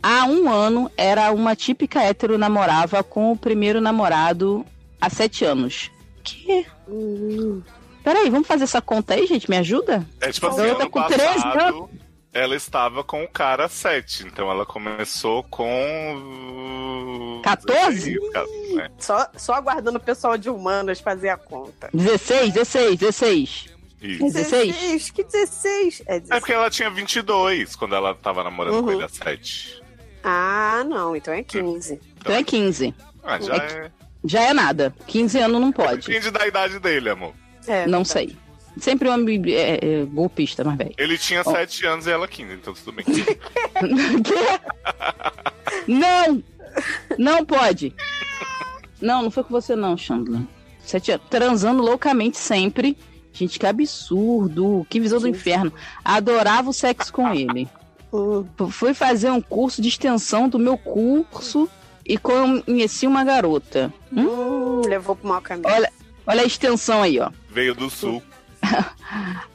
B: Há um ano era uma típica hétero namorava com o primeiro namorado há sete anos. Que? Hum. Peraí, vamos fazer essa conta aí, gente? Me ajuda?
A: É tipo assim,
B: Garota
A: ano
B: com 13
A: passado, ela estava com o cara 7, então ela começou com...
B: 14?
A: É.
C: Só, só aguardando o pessoal de humanas fazer a conta.
B: 16, 16, 16.
A: Isso.
C: 16? Que 16? É 16.
A: É porque ela tinha 22 quando ela tava namorando com
C: Uhum.
A: ele a 7.
C: Ah, não. Então é 15.
B: Então é 15.
A: Ah, já
B: É
A: é...
B: Já é nada. 15 anos não pode.
A: Depende da idade dele, amor.
C: É,
B: não
C: tá.
B: sei. Sempre homem é, é, golpista, mas velho.
A: Ele tinha
B: Ó.
A: 7 anos e ela 15, então tudo bem.
B: Não! Não pode! Não, não foi com você, não, Chandler. Sete anos. Transando loucamente sempre. Gente, que absurdo! Que visão do inferno. Adorava o sexo com ele.
C: Hum.
B: F- Fui fazer um curso de extensão do meu curso e conheci uma garota.
C: Hum, levou pro mau caminho.
B: Olha, olha a extensão aí, ó.
A: Veio do sul.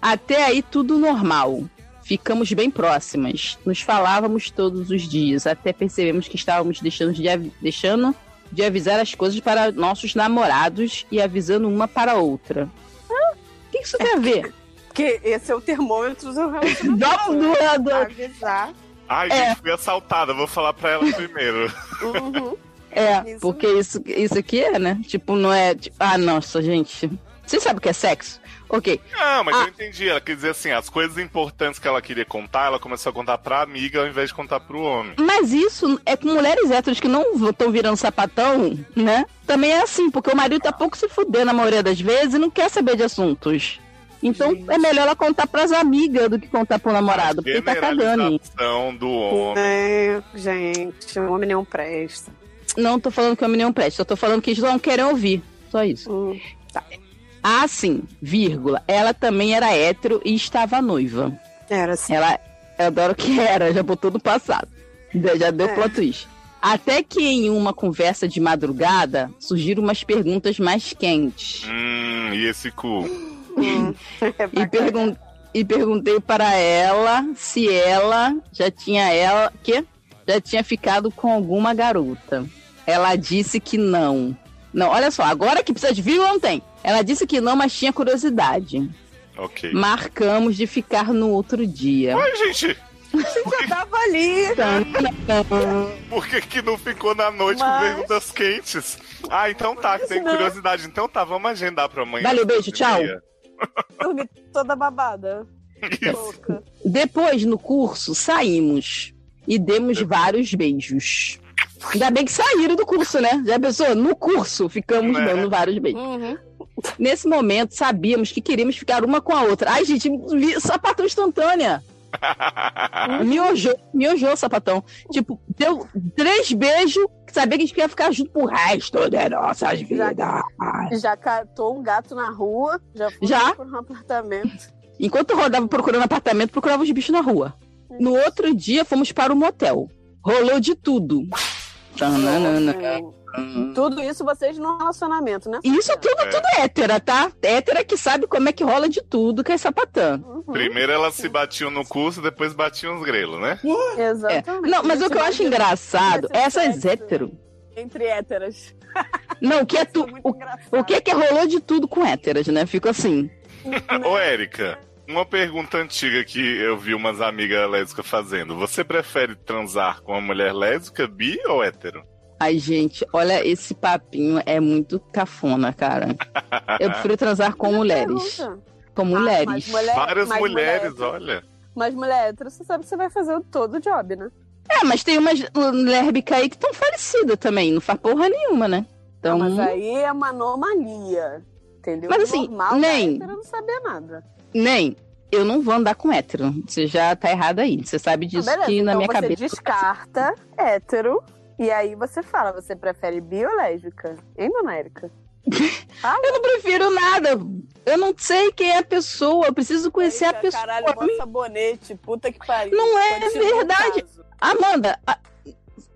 B: Até aí tudo normal. Ficamos bem próximas. Nos falávamos todos os dias, até percebemos que estávamos deixando de, av- deixando de avisar as coisas para nossos namorados e avisando uma para a outra. Ah, O que isso tem a ver?
C: Porque esse é o termômetro do
B: [laughs]
C: relacionamento.
B: Dá um doador.
C: Avisar.
A: Ai,
B: É.
A: gente, fui assaltada, vou falar pra ela
B: [laughs]
A: primeiro.
C: Uhum.
B: É, porque isso, isso aqui é, né? Tipo, não é. tipo, ah, nossa, gente. Você sabe o que é sexo? Ok.
A: Não, mas
B: Ah.
A: eu entendi. Ela quer dizer assim, as coisas importantes que ela queria contar, ela começou a contar pra amiga ao invés de contar pro homem.
B: Mas isso é com mulheres héteros que não estão virando sapatão, né? Também é assim, porque o marido tá pouco se fudendo na maioria das vezes e não quer saber de assuntos. Então é melhor ela contar pras amigas do que contar pro namorado, porque tá cagando.
A: Generalização do homem.
C: É, gente, o homem não presta.
B: Não tô falando que o homem não presta, eu tô falando que eles não querem ouvir. Só isso.
C: Hum.
B: Ah, sim, vírgula. Ela também era hétero e estava noiva.
C: Era assim.
B: Ela, eu adoro que era, já botou no passado. Já já deu
L: É.
B: plot twist. Até que em uma conversa de madrugada surgiram umas perguntas mais quentes.
A: Hum, e esse cu?
C: [laughs]
B: e, pergun- e perguntei para ela se ela já tinha ela que já tinha ficado com alguma garota. Ela disse que não. Não, olha só, agora que precisa de vírgula não tem. Ela disse que não, mas tinha curiosidade.
A: Ok.
B: Hum. Marcamos de ficar no outro dia.
A: Ai, gente,
C: Você já tava ali.
A: por que, que não ficou na noite
B: Mas- é.
A: com perguntas quentes? Ah, então tá, que tem
C: Não.
A: curiosidade. Então tá, vamos agendar pra amanhã.
B: Valeu, beijo, tchau. [laughs]
C: Dormi toda babada. Louca.
B: Depois, no curso, saímos e demos vários beijos. Ainda bem que saíram do curso, né? Já pensou? No curso ficamos
L: Né?
B: dando vários beijos.
C: Uhum.
B: Nesse momento, sabíamos que queríamos ficar uma com a outra. Ai, gente, vi- sapatão instantânea. Me ojou, me ojou, sapatão. Tipo, deu três beijos, sabia que a gente queria ficar junto pro resto da nossa vida.
C: Já catou um gato na rua, já foi
B: Já?
C: por um apartamento.
B: Enquanto eu rodava procurando apartamento, procurava um os bichos na rua. No outro dia, fomos para o motel. Rolou de tudo. Tananana.
C: É, Tudo isso vocês num relacionamento, né?
B: Isso tudo,
A: É.
B: tudo hétera, tá? Hétera que sabe como é que rola de tudo, que é sapatã.
C: Uhum.
A: Primeiro elas se batiam no curso, depois batiam os grelos, né?
B: É.
C: Exatamente.
B: Não, mas o que eu acho engraçado, essas hétero.
C: Entre héteras.
B: Não, o que é tu, o, o que é que rolou de tudo com héteras, né? Fico assim.
A: Ô, Érica, uma pergunta antiga que eu vi umas amigas lésbicas fazendo. Você prefere transar com uma mulher lésbica, bi ou hétero?
B: Ai, gente, olha, esse papinho é muito cafona, cara. Eu prefiro transar com mulheres.
C: Pergunta. Ah,
B: Com mulheres.
C: mas mulher-
A: Várias
C: mas
A: mulheres,
C: mulher-
A: olha.
C: Mas mulher hétero, você sabe que você vai fazer todo o job, né?
B: É, mas tem umas lérbica aí que estão falecidas também, não faz porra nenhuma, né? Então,
C: Mas aí é uma anomalia. Entendeu?
B: Mas assim,
C: Normal,
B: nem-
C: hétero não sabia nada.
B: nem, eu não vou andar com hétero. Você já tá errado aí. Você sabe
C: Então,
B: disso
C: beleza,
B: que na
C: então
B: minha
C: você
B: cabeça.
C: descarta hétero. E aí você fala, você prefere bi ou lésbica? Hein, dona Érica?
B: [laughs] Eu não prefiro nada. Eu não sei quem é a pessoa. Eu preciso conhecer a pessoa.
C: Caralho, mó sabonete, puta que pariu.
B: Não é
C: Continua o
B: verdade.
C: caso.
B: Amanda, a-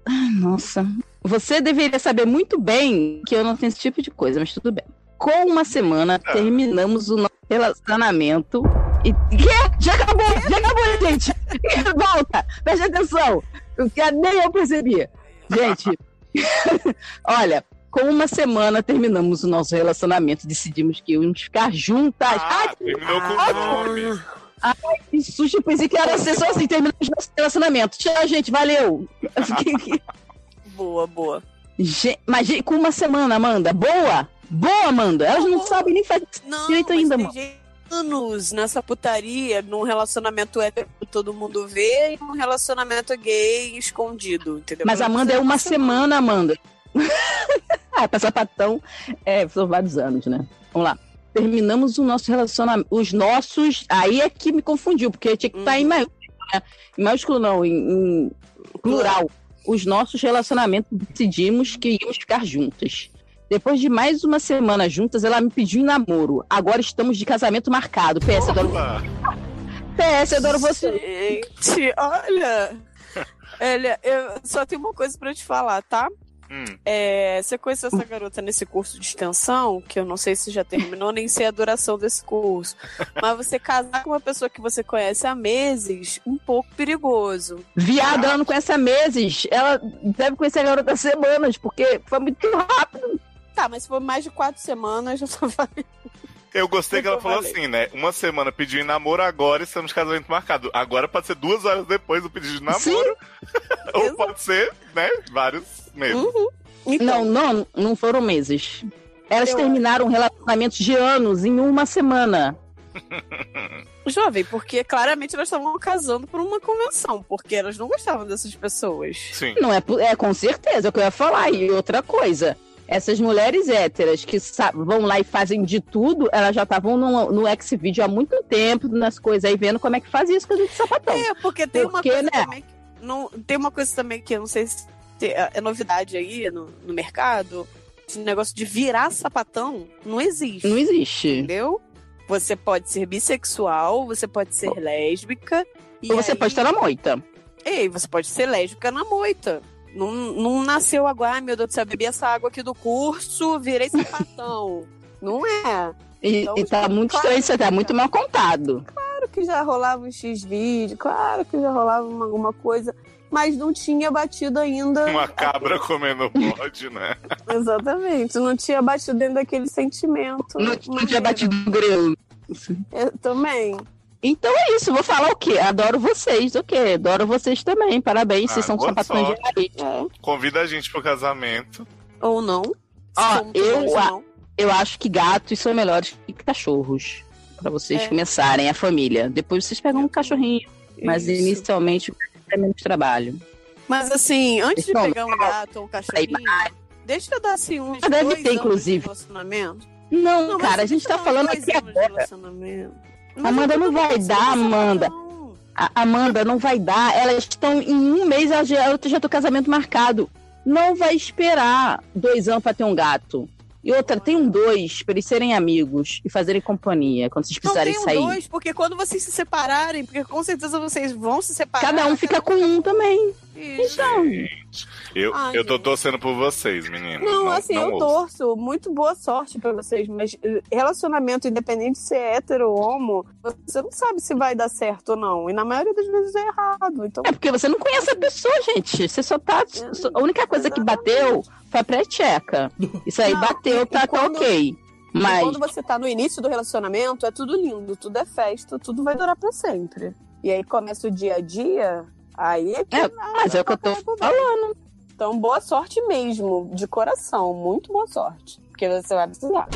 B: Ah, nossa. Você deveria saber muito bem que eu não tenho esse tipo de coisa, mas tudo bem. Com uma semana, terminamos o nosso relacionamento. E... Quê? Já acabou, já acabou, gente! [laughs] Volta! Preste atenção! Eu- Nem eu percebi. Gente, [laughs] olha, com uma semana terminamos o nosso relacionamento, decidimos que íamos ficar juntas. Ai,
A: Terminou com
B: Ah.
A: o nome.
B: Ai, que susto, eu pensei que era ser só assim, terminamos nosso relacionamento. Tchau, gente, valeu.
C: Boa, boa.
B: Gente, mas gente, com uma semana, Amanda. Boa! Boa, Amanda! Elas não sabem nem fazer
C: Não,
B: direito
C: mas
B: ainda,
C: tem
B: mano.
C: gente- anos nessa putaria, num relacionamento hétero que todo mundo vê e num relacionamento gay escondido, entendeu?
B: Mas Amanda é uma semana, Amanda. [laughs] ah, pra sapatão, é, são vários anos, né? Vamos lá. Terminamos o nosso relacionamento. Os nossos. Aí é que me confundiu, porque tinha que estar em maiúsculo, né? Em maiúsculo, não, em, em plural. Os nossos relacionamentos decidimos que íamos ficar juntas. Depois de mais uma semana juntas, ela me pediu em namoro. Agora estamos de casamento marcado. PS, adoro. PS, adoro você.
C: Gente, olha.
B: [laughs]
C: Olha, eu só tenho uma coisa pra te falar, tá?
A: Hum.
C: É, você conheceu essa garota nesse curso de extensão, que eu não sei se já terminou, nem sei a duração desse curso. Mas você casar com uma pessoa que você conhece há meses, um pouco perigoso.
B: Viado, ela não conhece há meses. Ela deve conhecer a garota há semanas, porque foi muito rápido.
C: Tá, mas se for mais de quatro semanas, tá eu só falei.
A: Eu gostei que ela falou assim, né? Uma semana pediu em namoro, agora estamos de casamento marcado. Agora pode ser duas horas depois do pedido de namoro. Ou pode ser, né? Vários meses.
C: Uh. Então,
B: Não, não, não foram meses. Elas terminaram relacionamentos de anos em uma semana.
C: Jovem, porque claramente elas estavam casando por uma convenção, porque elas não gostavam dessas pessoas.
A: Sim.
B: Não é, po- é com certeza é o que eu ia falar. E outra coisa, essas mulheres héteras que sa- vão lá e fazem de tudo, elas já estavam no, no X-Video há muito tempo, nas coisas aí, vendo como é que faz isso com a gente de sapatão.
C: É, porque tem uma
B: Porque,
C: coisa
B: né?
C: também que não, tem uma coisa também que eu não sei se é, é novidade aí no, no mercado. Esse negócio de virar sapatão não existe.
B: Não existe.
C: Entendeu? Você pode ser bissexual, você pode ser lésbica. E
B: Ou você
C: aí-
B: pode estar na moita.
C: Ei, você pode ser lésbica na moita. Não, não nasceu agora, ai meu Deus do céu, bebi essa água aqui do curso, virei
B: [laughs]
C: sapatão. não é.
B: E,
C: Então,
B: e tá
C: tipo,
B: muito
C: claro
B: estranho, você tá muito mal contado.
C: Claro que já rolava um X-vídeo, claro que já rolava uma- alguma coisa, mas não tinha batido ainda.
B: É.
A: Uma cabra comendo bode, né?
C: Exatamente, não tinha batido dentro daquele sentimento.
B: Não, não tinha batido no grelo.
C: Eu também.
B: Então é isso, vou falar o quê? Adoro vocês, o quê? Adoro vocês também, parabéns,
A: Ah,
B: vocês são
A: boa
B: sapatões de
A: sorte.
B: raiz.
A: Convida a gente pro casamento.
C: é. Ou não.
B: Ó,
A: Somos
B: eu,
A: dois,
B: a-
A: não.
B: eu acho que gatos são melhores que cachorros, Pra vocês
C: É.
B: começarem a família. Depois vocês pegam um cachorrinho, mas
C: Isso.
B: inicialmente o gato é menos trabalho.
C: Mas assim, antes de
B: Então,
C: pegar um gato ou um cachorrinho, deixa eu dar assim uns
B: Ah, deve
C: dois
B: ter,
C: anos
B: inclusive.
C: de relacionamento.
B: Não,
C: Não, mas
B: cara, a gente tá falando
C: dois
B: aqui
C: anos de
B: agora.
C: relacionamento.
B: Amanda não vai dar, Amanda. A- Amanda não vai dar. Elas estão em um mês, elas já, eu já tô casamento marcado. Não vai esperar dois anos pra ter um gato. E outra, tem um dois pra eles serem amigos e fazerem companhia quando vocês
C: Não
B: precisarem
C: tem um
B: sair.
C: dois, porque quando vocês se separarem, porque com certeza vocês vão se separar. né?
B: Cada um fica com um também.
C: Então,
A: Eu,
C: Ai,
A: eu tô torcendo por vocês, meninas.
C: não, assim, eu
A: ouço.
C: torço. Muito boa sorte pra vocês, mas eh, relacionamento, independente se é hétero ou homo, você não sabe se vai dar certo ou não. E na maioria das vezes é errado. Então,
B: É porque você não conhece a pessoa, gente. Você só tá. só- A única coisa que bateu foi a pré-checa. Isso aí
C: Não,
B: bateu,
C: e-
B: tá,
C: e quando-
B: tá ok.
C: e
B: Mas.
C: quando você tá no início do relacionamento, é tudo lindo, tudo é festa, tudo vai durar pra sempre. E aí começa o dia a dia, aí é que.
B: mas é o que eu tô
C: falando. Então, boa sorte mesmo, de coração, muito boa sorte. Porque você vai precisar.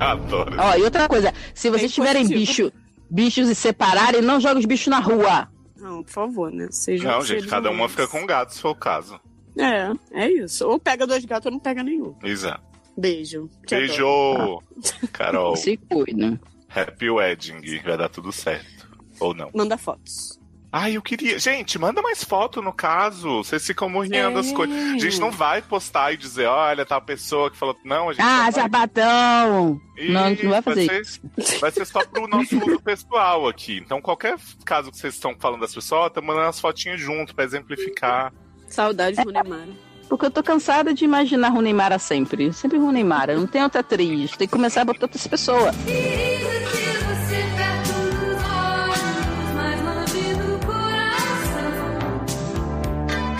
A: Adoro.
B: Ó, e outra coisa, se vocês tiverem bicho, bichos e separarem, não joga os bichos na rua.
C: Não, por favor, né? Seja
A: Não, gente, cada uma fica com um gato, se for o caso.
C: É, é isso. Ou pega dois gatos ou não pega nenhum.
A: Exato.
C: Beijo. Te adoro. Ah.
A: Beijo,
C: [laughs]
A: Carol.
B: Se cuida.
A: Happy Wedding. Vai dar tudo certo. Ou não.
C: Manda fotos.
A: Ai, eu queria. Gente, manda mais foto no caso. Vocês ficam morrendo as
B: É.
A: coisas. A gente não vai postar e dizer, olha, tal pessoa que falou. Não, a gente.
B: Ah,
A: não vai.
B: Jabadão!
A: Ih,
B: Não, não vai fazer isso.
A: Ser, vai ser só pro nosso uso pessoal aqui. Então, qualquer caso que vocês estão falando das pessoas, ó, tá mandando as fotinhas junto pra exemplificar.
C: Saudades do Neymar.
B: Porque eu tô cansada de imaginar Runeimara sempre. Sempre Runeimara. Não tem outra atriz. Tem que começar a botar outras pessoas.
G: você perto dos olhos, mas longe do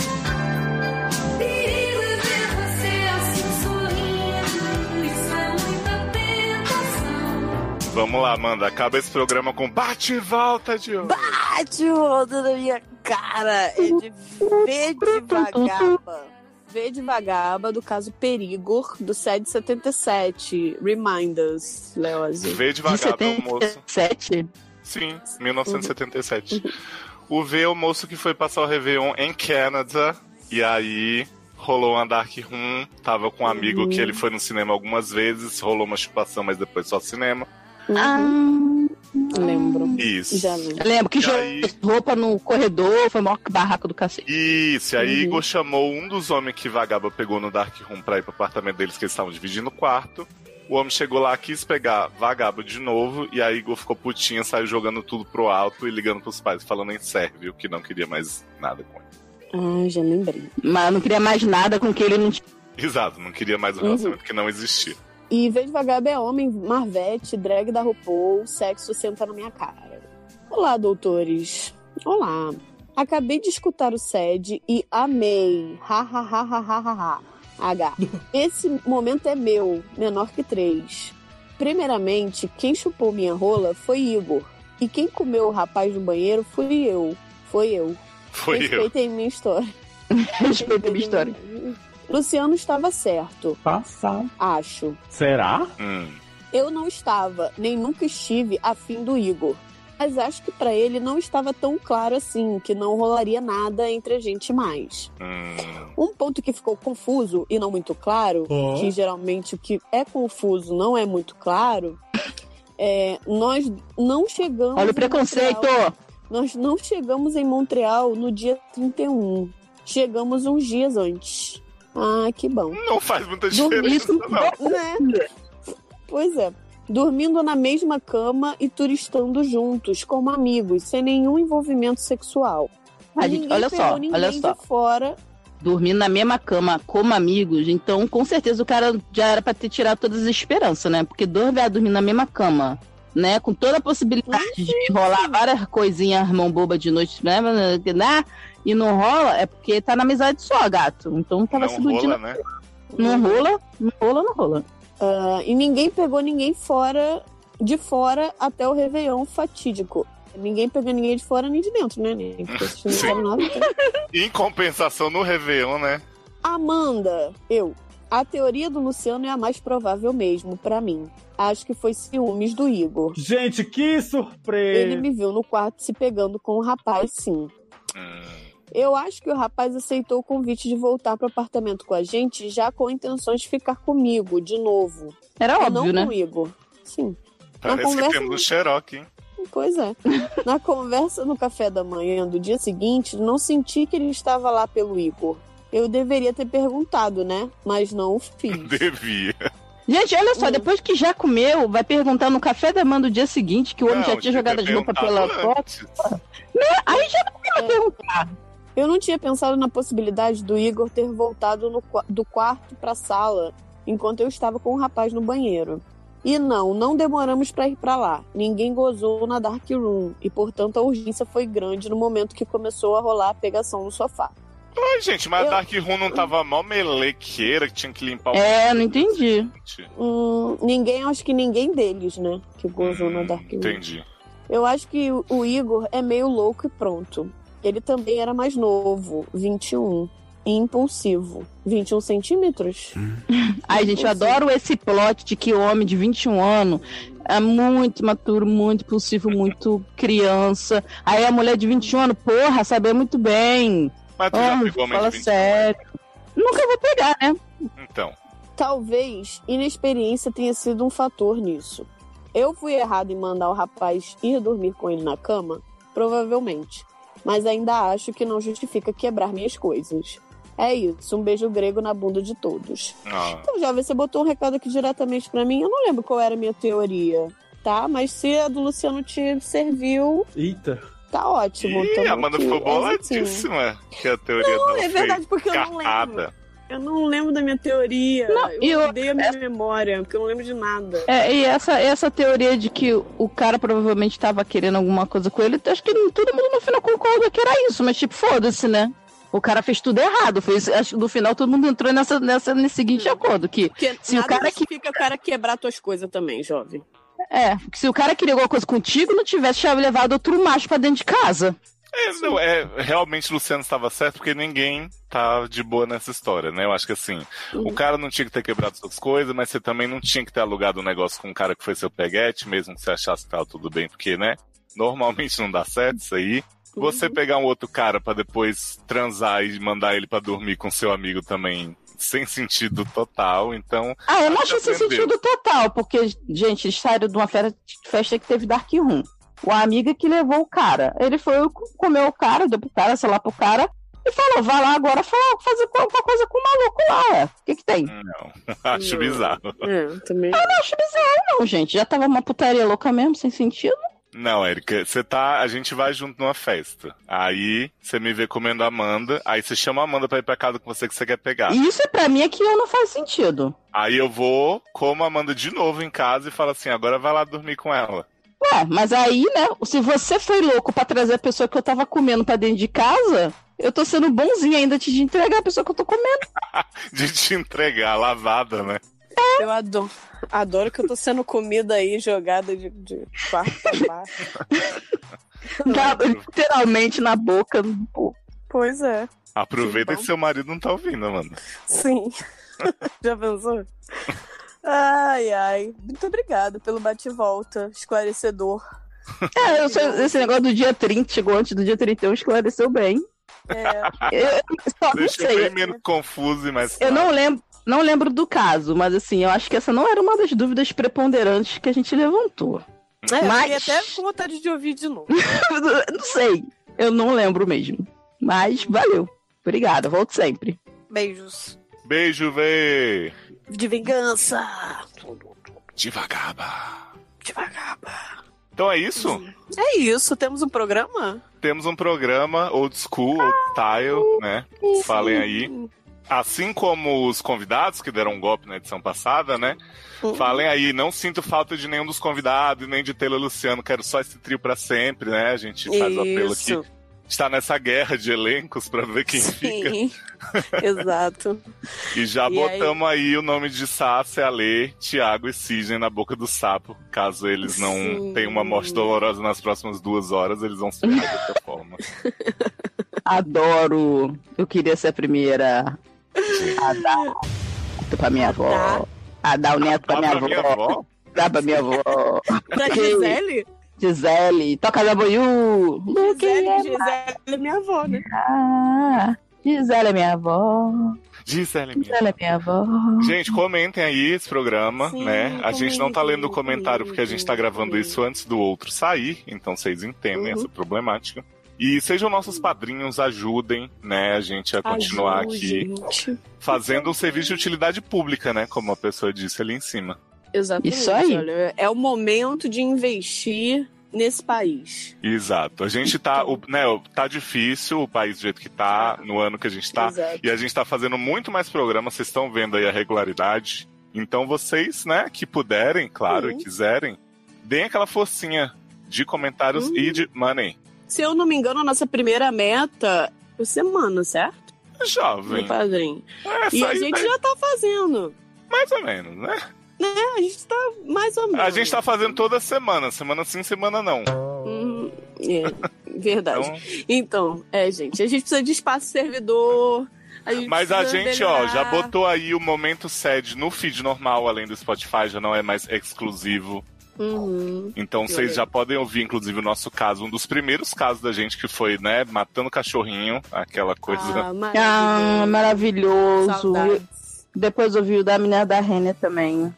G: coração. Perigo é ver você assim sorrindo, isso é muita tentação.
A: Vamos lá, Amanda. Acaba esse programa com bate e volta, Diogo.
N: Bate o rodo na minha cara. É de
C: Vê de vagaba. Vê de vagaba do caso Perigor, do 777. Remind us, Leozinho.
A: Vê devagar, meu moço. Sim, 1977. O V é o moço que foi passar o Réveillon em Canadá. E aí rolou um Dark Room. Tava com um amigo que ele foi no cinema algumas vezes. Rolou uma chupação, mas depois só cinema.
C: Lembro.
A: Isso.
B: Já lembro. Ah, Lembro que
A: E
B: jogou roupa no corredor, foi o maior barraco do cacete.
A: Isso, e aí Igor chamou um dos homens que Vagaba pegou no Dark Room pra ir pro apartamento deles, que eles estavam dividindo o quarto. O homem chegou lá, quis pegar Vagaba de novo, e aí Igor ficou putinha, saiu jogando tudo pro alto e ligando pros pais, falando em sérvio, que não queria mais nada com ele.
C: Ah, já lembrei.
B: Mas eu não queria mais nada com que ele não tinha.
A: Exato, não queria mais um
C: Uhum.
A: relacionamento que não existia.
C: E Vê de vagaba é homem, Marvete, drag da RuPaul, sexo senta na minha cara. Olá, doutores. Olá. Acabei de escutar o SED e amei. Ha, ha, ha, ha, ha, ha, ha.
B: [laughs]
C: H. Esse momento é meu, menor que três. Primeiramente, quem chupou minha rola foi Igor. E quem comeu o rapaz no banheiro fui eu. Foi eu.
A: Foi eu.
C: Respeitem minha história.
B: Respeita a minha história.
C: Luciano estava certo.
J: Passado.
C: Acho.
J: Será?
A: Hum,
C: Eu não estava, nem nunca estive afim do Igor. Mas acho que pra ele não estava tão claro assim, que não rolaria nada entre a gente mais.
A: hum.
C: Um ponto que ficou confuso e não muito claro,
G: Ó.
C: que geralmente o que é confuso não é muito claro, é, nós não chegamos.
B: Olha o
C: em
B: preconceito!
C: Montreal- nós não chegamos em Montreal no dia 31. Chegamos uns dias antes. Ah, que bom.
A: Não faz [laughs] muita
C: Dormi-
A: diferença,
B: é
A: não.
C: Né? Pois é. Dormindo na mesma cama e turistando juntos, como amigos, sem nenhum envolvimento sexual.
B: A gente-
C: Ninguém
B: olha
C: pegou
B: só,
C: ninguém
B: olha
C: de
B: só.
C: fora.
B: Dormindo na mesma cama, como amigos, então com certeza o cara já era pra ter tirado todas as esperanças, né? Porque dois velhos dormindo na mesma cama, né? Com toda a possibilidade de rolar várias coisinhas mão boba de noite, né? né, E não rola, é porque tá na amizade só, gato. Então tava se
C: Não
B: iludindo.
C: rola, né?
B: Não rola, não rola, não rola.
C: Ah, e ninguém pegou ninguém fora de fora até o Réveillon fatídico. Ninguém pegou ninguém de fora nem de dentro, né? Nem porque a gente não sabe nada. então.
A: Em compensação no Réveillon, né?
C: Amanda, eu. A teoria do Luciano é a mais provável mesmo, pra mim. Acho que foi ciúmes do Igor.
J: Gente, que surpresa!
B: É.
C: Ele me viu no quarto se pegando com o rapaz, sim.
A: Hum,
C: Eu acho que o rapaz aceitou o convite de voltar pro apartamento com a gente, já com intenções de ficar comigo, de novo.
B: Era
C: E
B: óbvio,
C: não
B: né?
C: com o Igor. Sim.
A: Parece
C: conversa
A: que temos um Xerox, hein? [laughs]
B: [laughs]
C: Pois é. Na conversa no café da manhã do dia seguinte, não senti que ele estava lá pelo Igor. Eu deveria ter perguntado, né? Mas não o fiz.
A: Devia.
B: Gente, olha só, depois que já comeu, vai perguntar no café da manhã do dia seguinte que o homem
A: Não,
B: já tinha
A: devia
B: jogado
A: ter
B: as roupas pela
A: perguntado
B: porta. Né? Aí já não vai perguntar.
C: Eu não tinha pensado na possibilidade do Igor ter voltado no qua- do quarto para a sala enquanto eu estava com o rapaz no banheiro. E não, não demoramos para ir para lá. Ninguém gozou na Dark Room e, portanto, a urgência foi grande no momento que começou a rolar a pegação no sofá.
A: Ai, gente, mas a Dark Room não tava mó melequeira que tinha que limpar o.
C: É, não entendi.
A: Gente,
C: Hum, ninguém, acho que ninguém deles, né? Que gozou na Dark Room.
A: Hum, Entendi.
C: Eu acho que o- o Igor é meio louco e pronto. Ele também era mais novo, 21, e um, impulsivo. 21 centímetros?
B: Ai, gente, eu adoro esse plot de que o homem de 21 anos é muito maturo, muito possível, muito criança. Aí a mulher de 21 anos, porra, saber muito bem.
A: Mas tu
C: Ah,
A: já pegou homem de
B: fala
A: 21
B: sério. Nunca vou pegar, né?
A: Então.
C: Talvez inexperiência tenha sido um fator nisso. Eu fui errado em mandar o rapaz ir dormir com ele na cama? Provavelmente. Mas ainda acho que não justifica quebrar minhas coisas. É isso, um beijo grego na bunda de todos.
A: Ah.
C: Então, Jovem, você botou um recado aqui diretamente pra mim. Eu não lembro qual era a minha teoria, tá? Mas se a do Luciano te serviu,
J: Eita.
C: tá ótimo.
A: Ih,
C: Tamo
A: a Amanda
C: aqui.
A: ficou
C: É assim.
A: boladíssima que a teoria
C: Não,
A: dela
C: é verdade,
A: foi
C: porque eu não
A: carrada.
C: Eu não lembro da minha teoria.
B: Não,
C: eu
B: e eu-
C: odeio a minha memória, porque eu não lembro de nada.
B: É, e essa, essa teoria de que o cara provavelmente tava querendo alguma coisa com ele, acho que todo mundo no final concorda que era isso, mas tipo, foda-se, né? O cara fez tudo errado. Fez, acho que no final todo mundo entrou nessa, nessa, nesse
A: Hum.
B: seguinte acordo: que
C: Porque
B: se o
C: nada
B: cara que
C: justifica o cara quebrar tuas coisas também, jovem.
B: É, porque se o cara queria alguma coisa contigo, não tivesse já levado outro macho pra dentro de casa.
A: É, não, é, realmente o Luciano estava certo, porque ninguém tá de boa nessa história, né? Eu acho que assim, o cara não tinha que ter quebrado suas coisas, mas você também não tinha que ter alugado um negócio com um cara que foi seu peguete, mesmo que você achasse que tava tudo bem, porque, né? Normalmente não dá certo isso aí. Você pegar um outro cara pra depois transar e mandar ele pra dormir com seu amigo também, sem sentido total, então. [laughs]
B: Ah, eu não
A: acho
B: acho
A: que
B: esse
A: aprendeu.
B: sentido total, porque, gente, eles saíram de uma festa, festa que teve Dark Room. Uma amiga que levou o cara. Ele foi, comeu o cara, deu pro cara, sei lá, pro cara, e falou: vai lá agora falar, fazer alguma coisa com o maluco lá, ué. O que que tem?
A: Não, acho bizarro.
C: [laughs] É, também.
B: Eu não acho bizarro, não, gente. Já tava uma putaria louca mesmo, sem sentido.
A: Não, Érica, você tá. A gente vai junto numa festa. Aí você me vê comendo a Amanda. Aí você chama a Amanda pra ir pra casa com você que você quer pegar.
B: E isso é pra mim é que eu não faz sentido.
A: Aí eu vou, como a Amanda de novo em casa e falo assim: agora vai lá dormir com ela. [laughs]
B: Ué, mas aí, né? Se você foi louco pra trazer a pessoa que eu tava comendo pra dentro de casa, eu tô sendo bonzinho ainda de entregar a pessoa que eu tô comendo.
A: De te entregar, lavada, né?
C: Eu adoro. Adoro que eu tô sendo comida aí, jogada de, de quarto pra baixo.
B: [laughs] Na- Tá, literalmente na boca.
C: Pois é,
A: Aproveita que seu marido não tá ouvindo, Amanda.
C: sim. [laughs] Já pensou? Ai, ai. Muito obrigada pelo bate-volta esclarecedor.
B: É, eu sei- esse negócio do dia 30, chegou antes do dia 31, esclareceu bem.
C: É,
B: Eu, eu só não
A: Deixa eu
B: sei.
A: bem menos confuso e mais.
B: Eu não lembro, não lembro do caso, mas assim, eu acho que essa não era uma das dúvidas preponderantes que a gente levantou. [laughs]
C: É, eu fiquei
B: mas
C: até com vontade de ouvir de novo.
B: não sei. Eu não lembro mesmo. Mas valeu. Obrigada, volto sempre.
O: Beijos.
A: Beijo, véi!
O: De vingança.
A: Devagaba. Então é isso?
C: É isso, temos um programa?
A: Temos um programa old school, old style, né? Falem aí. Assim como os convidados que deram um golpe na edição passada, né? Falem aí, não sinto falta de nenhum dos convidados, nem de Taylor Luciano, quero só esse trio pra sempre, né? A gente faz o apelo
C: Isso.
A: aqui. Está nessa guerra de elencos pra ver quem fica.
C: Sim. [laughs] Exato.
A: E já
C: E
A: botamos aí... o nome de Sácia, Alê, Tiago e Sidney na boca do sapo. Caso eles não
C: Sim.
A: tenham uma morte dolorosa nas próximas duas horas, eles vão se ferrar de outra forma.
B: Adoro. Eu queria ser a primeira a dar neto pra minha
C: Tá.
B: avó. A dar o neto pra minha
A: pra minha
B: avó. Dá pra minha avó.
C: Pra Gisele?
B: Gisele. Toca da boiú.
C: Gisele, Gisele é minha avó, né?
B: Ah, Gisele é minha avó.
A: Gisele, minha
B: Gisele é minha avó.
A: Gente, comentem aí esse programa, né? A gente não tá lendo o comentário porque a gente tá gravando isso antes do outro sair, então vocês entendem
P: Uhum.
A: essa problemática. E sejam nossos padrinhos, ajudem, né, a gente a continuar
C: Ajude,
A: aqui fazendo um serviço de utilidade pública, né, como a pessoa disse ali em cima.
C: Exatamente.
A: Isso aí.
C: olha, é o momento de investir nesse país.
A: Exato. A gente tá, o, né, o- tá difícil o país do jeito que tá, no ano que a gente tá.
C: Exato.
A: E a gente tá fazendo muito mais programas, vocês estão vendo aí a regularidade. Então vocês, né, que puderem, claro, e quiserem, deem aquela forcinha de comentários
C: Uhum.
A: e de money.
C: Se eu não me engano, a nossa primeira meta por semana, certo?
A: Jovem.
C: No padrinho.
A: É,
C: e
A: isso
C: a
A: aí,
C: gente
A: né?
C: já tá fazendo.
A: Mais ou menos, né?
C: Né? A gente tá mais ou menos.
A: A gente tá fazendo toda semana, semana sim, semana não. Então,
C: Hum, é,
A: um
C: verdade. Então, é, gente, a gente precisa de espaço servidor. A gente
A: Mas a
C: precisa
A: gente, ó,
C: melhorar.
A: já botou aí o momento sede no feed normal, além do Spotify, já não é mais exclusivo.
C: Uhum.
A: Então vocês já podem ouvir, inclusive, o nosso caso, um dos primeiros casos da gente que foi, né, matando cachorrinho, aquela
C: Ah,
A: coisa.
B: Ah, maravilhoso. Depois ouvi o da menina da Renner também.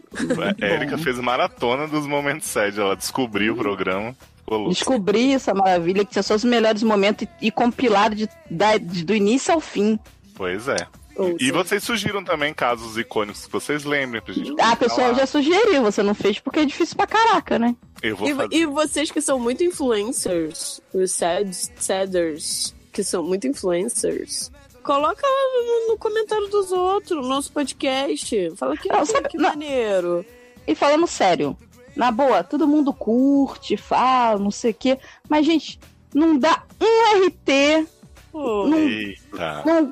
A: A Erika fez maratona dos momentos sede, ela descobriu o
B: Hum.
A: programa. Colou.
B: Descobri essa maravilha que tinha só os melhores momentos e, e compilado de, da- de- do início ao fim.
A: Pois é. E vocês surgiram também casos icônicos que vocês lembrem pra gente. "Ah,
B: A
A: colocar
B: pessoa
A: lá.
B: já sugeriu, você não fez porque é difícil pra caraca, né?
A: Eu vou fazer.
C: E, e vocês que são muito influencers, os sad, sadders, que são muito influencers, coloca lá no, no comentário dos outros, no nosso podcast. Fala que,
B: Não,
C: que-
B: sabe-
C: que
B: não.
C: maneiro.
B: E falando sério, na boa, todo mundo curte, fala, não sei o quê, mas, gente, não dá um RT, não
A: Eita.
B: não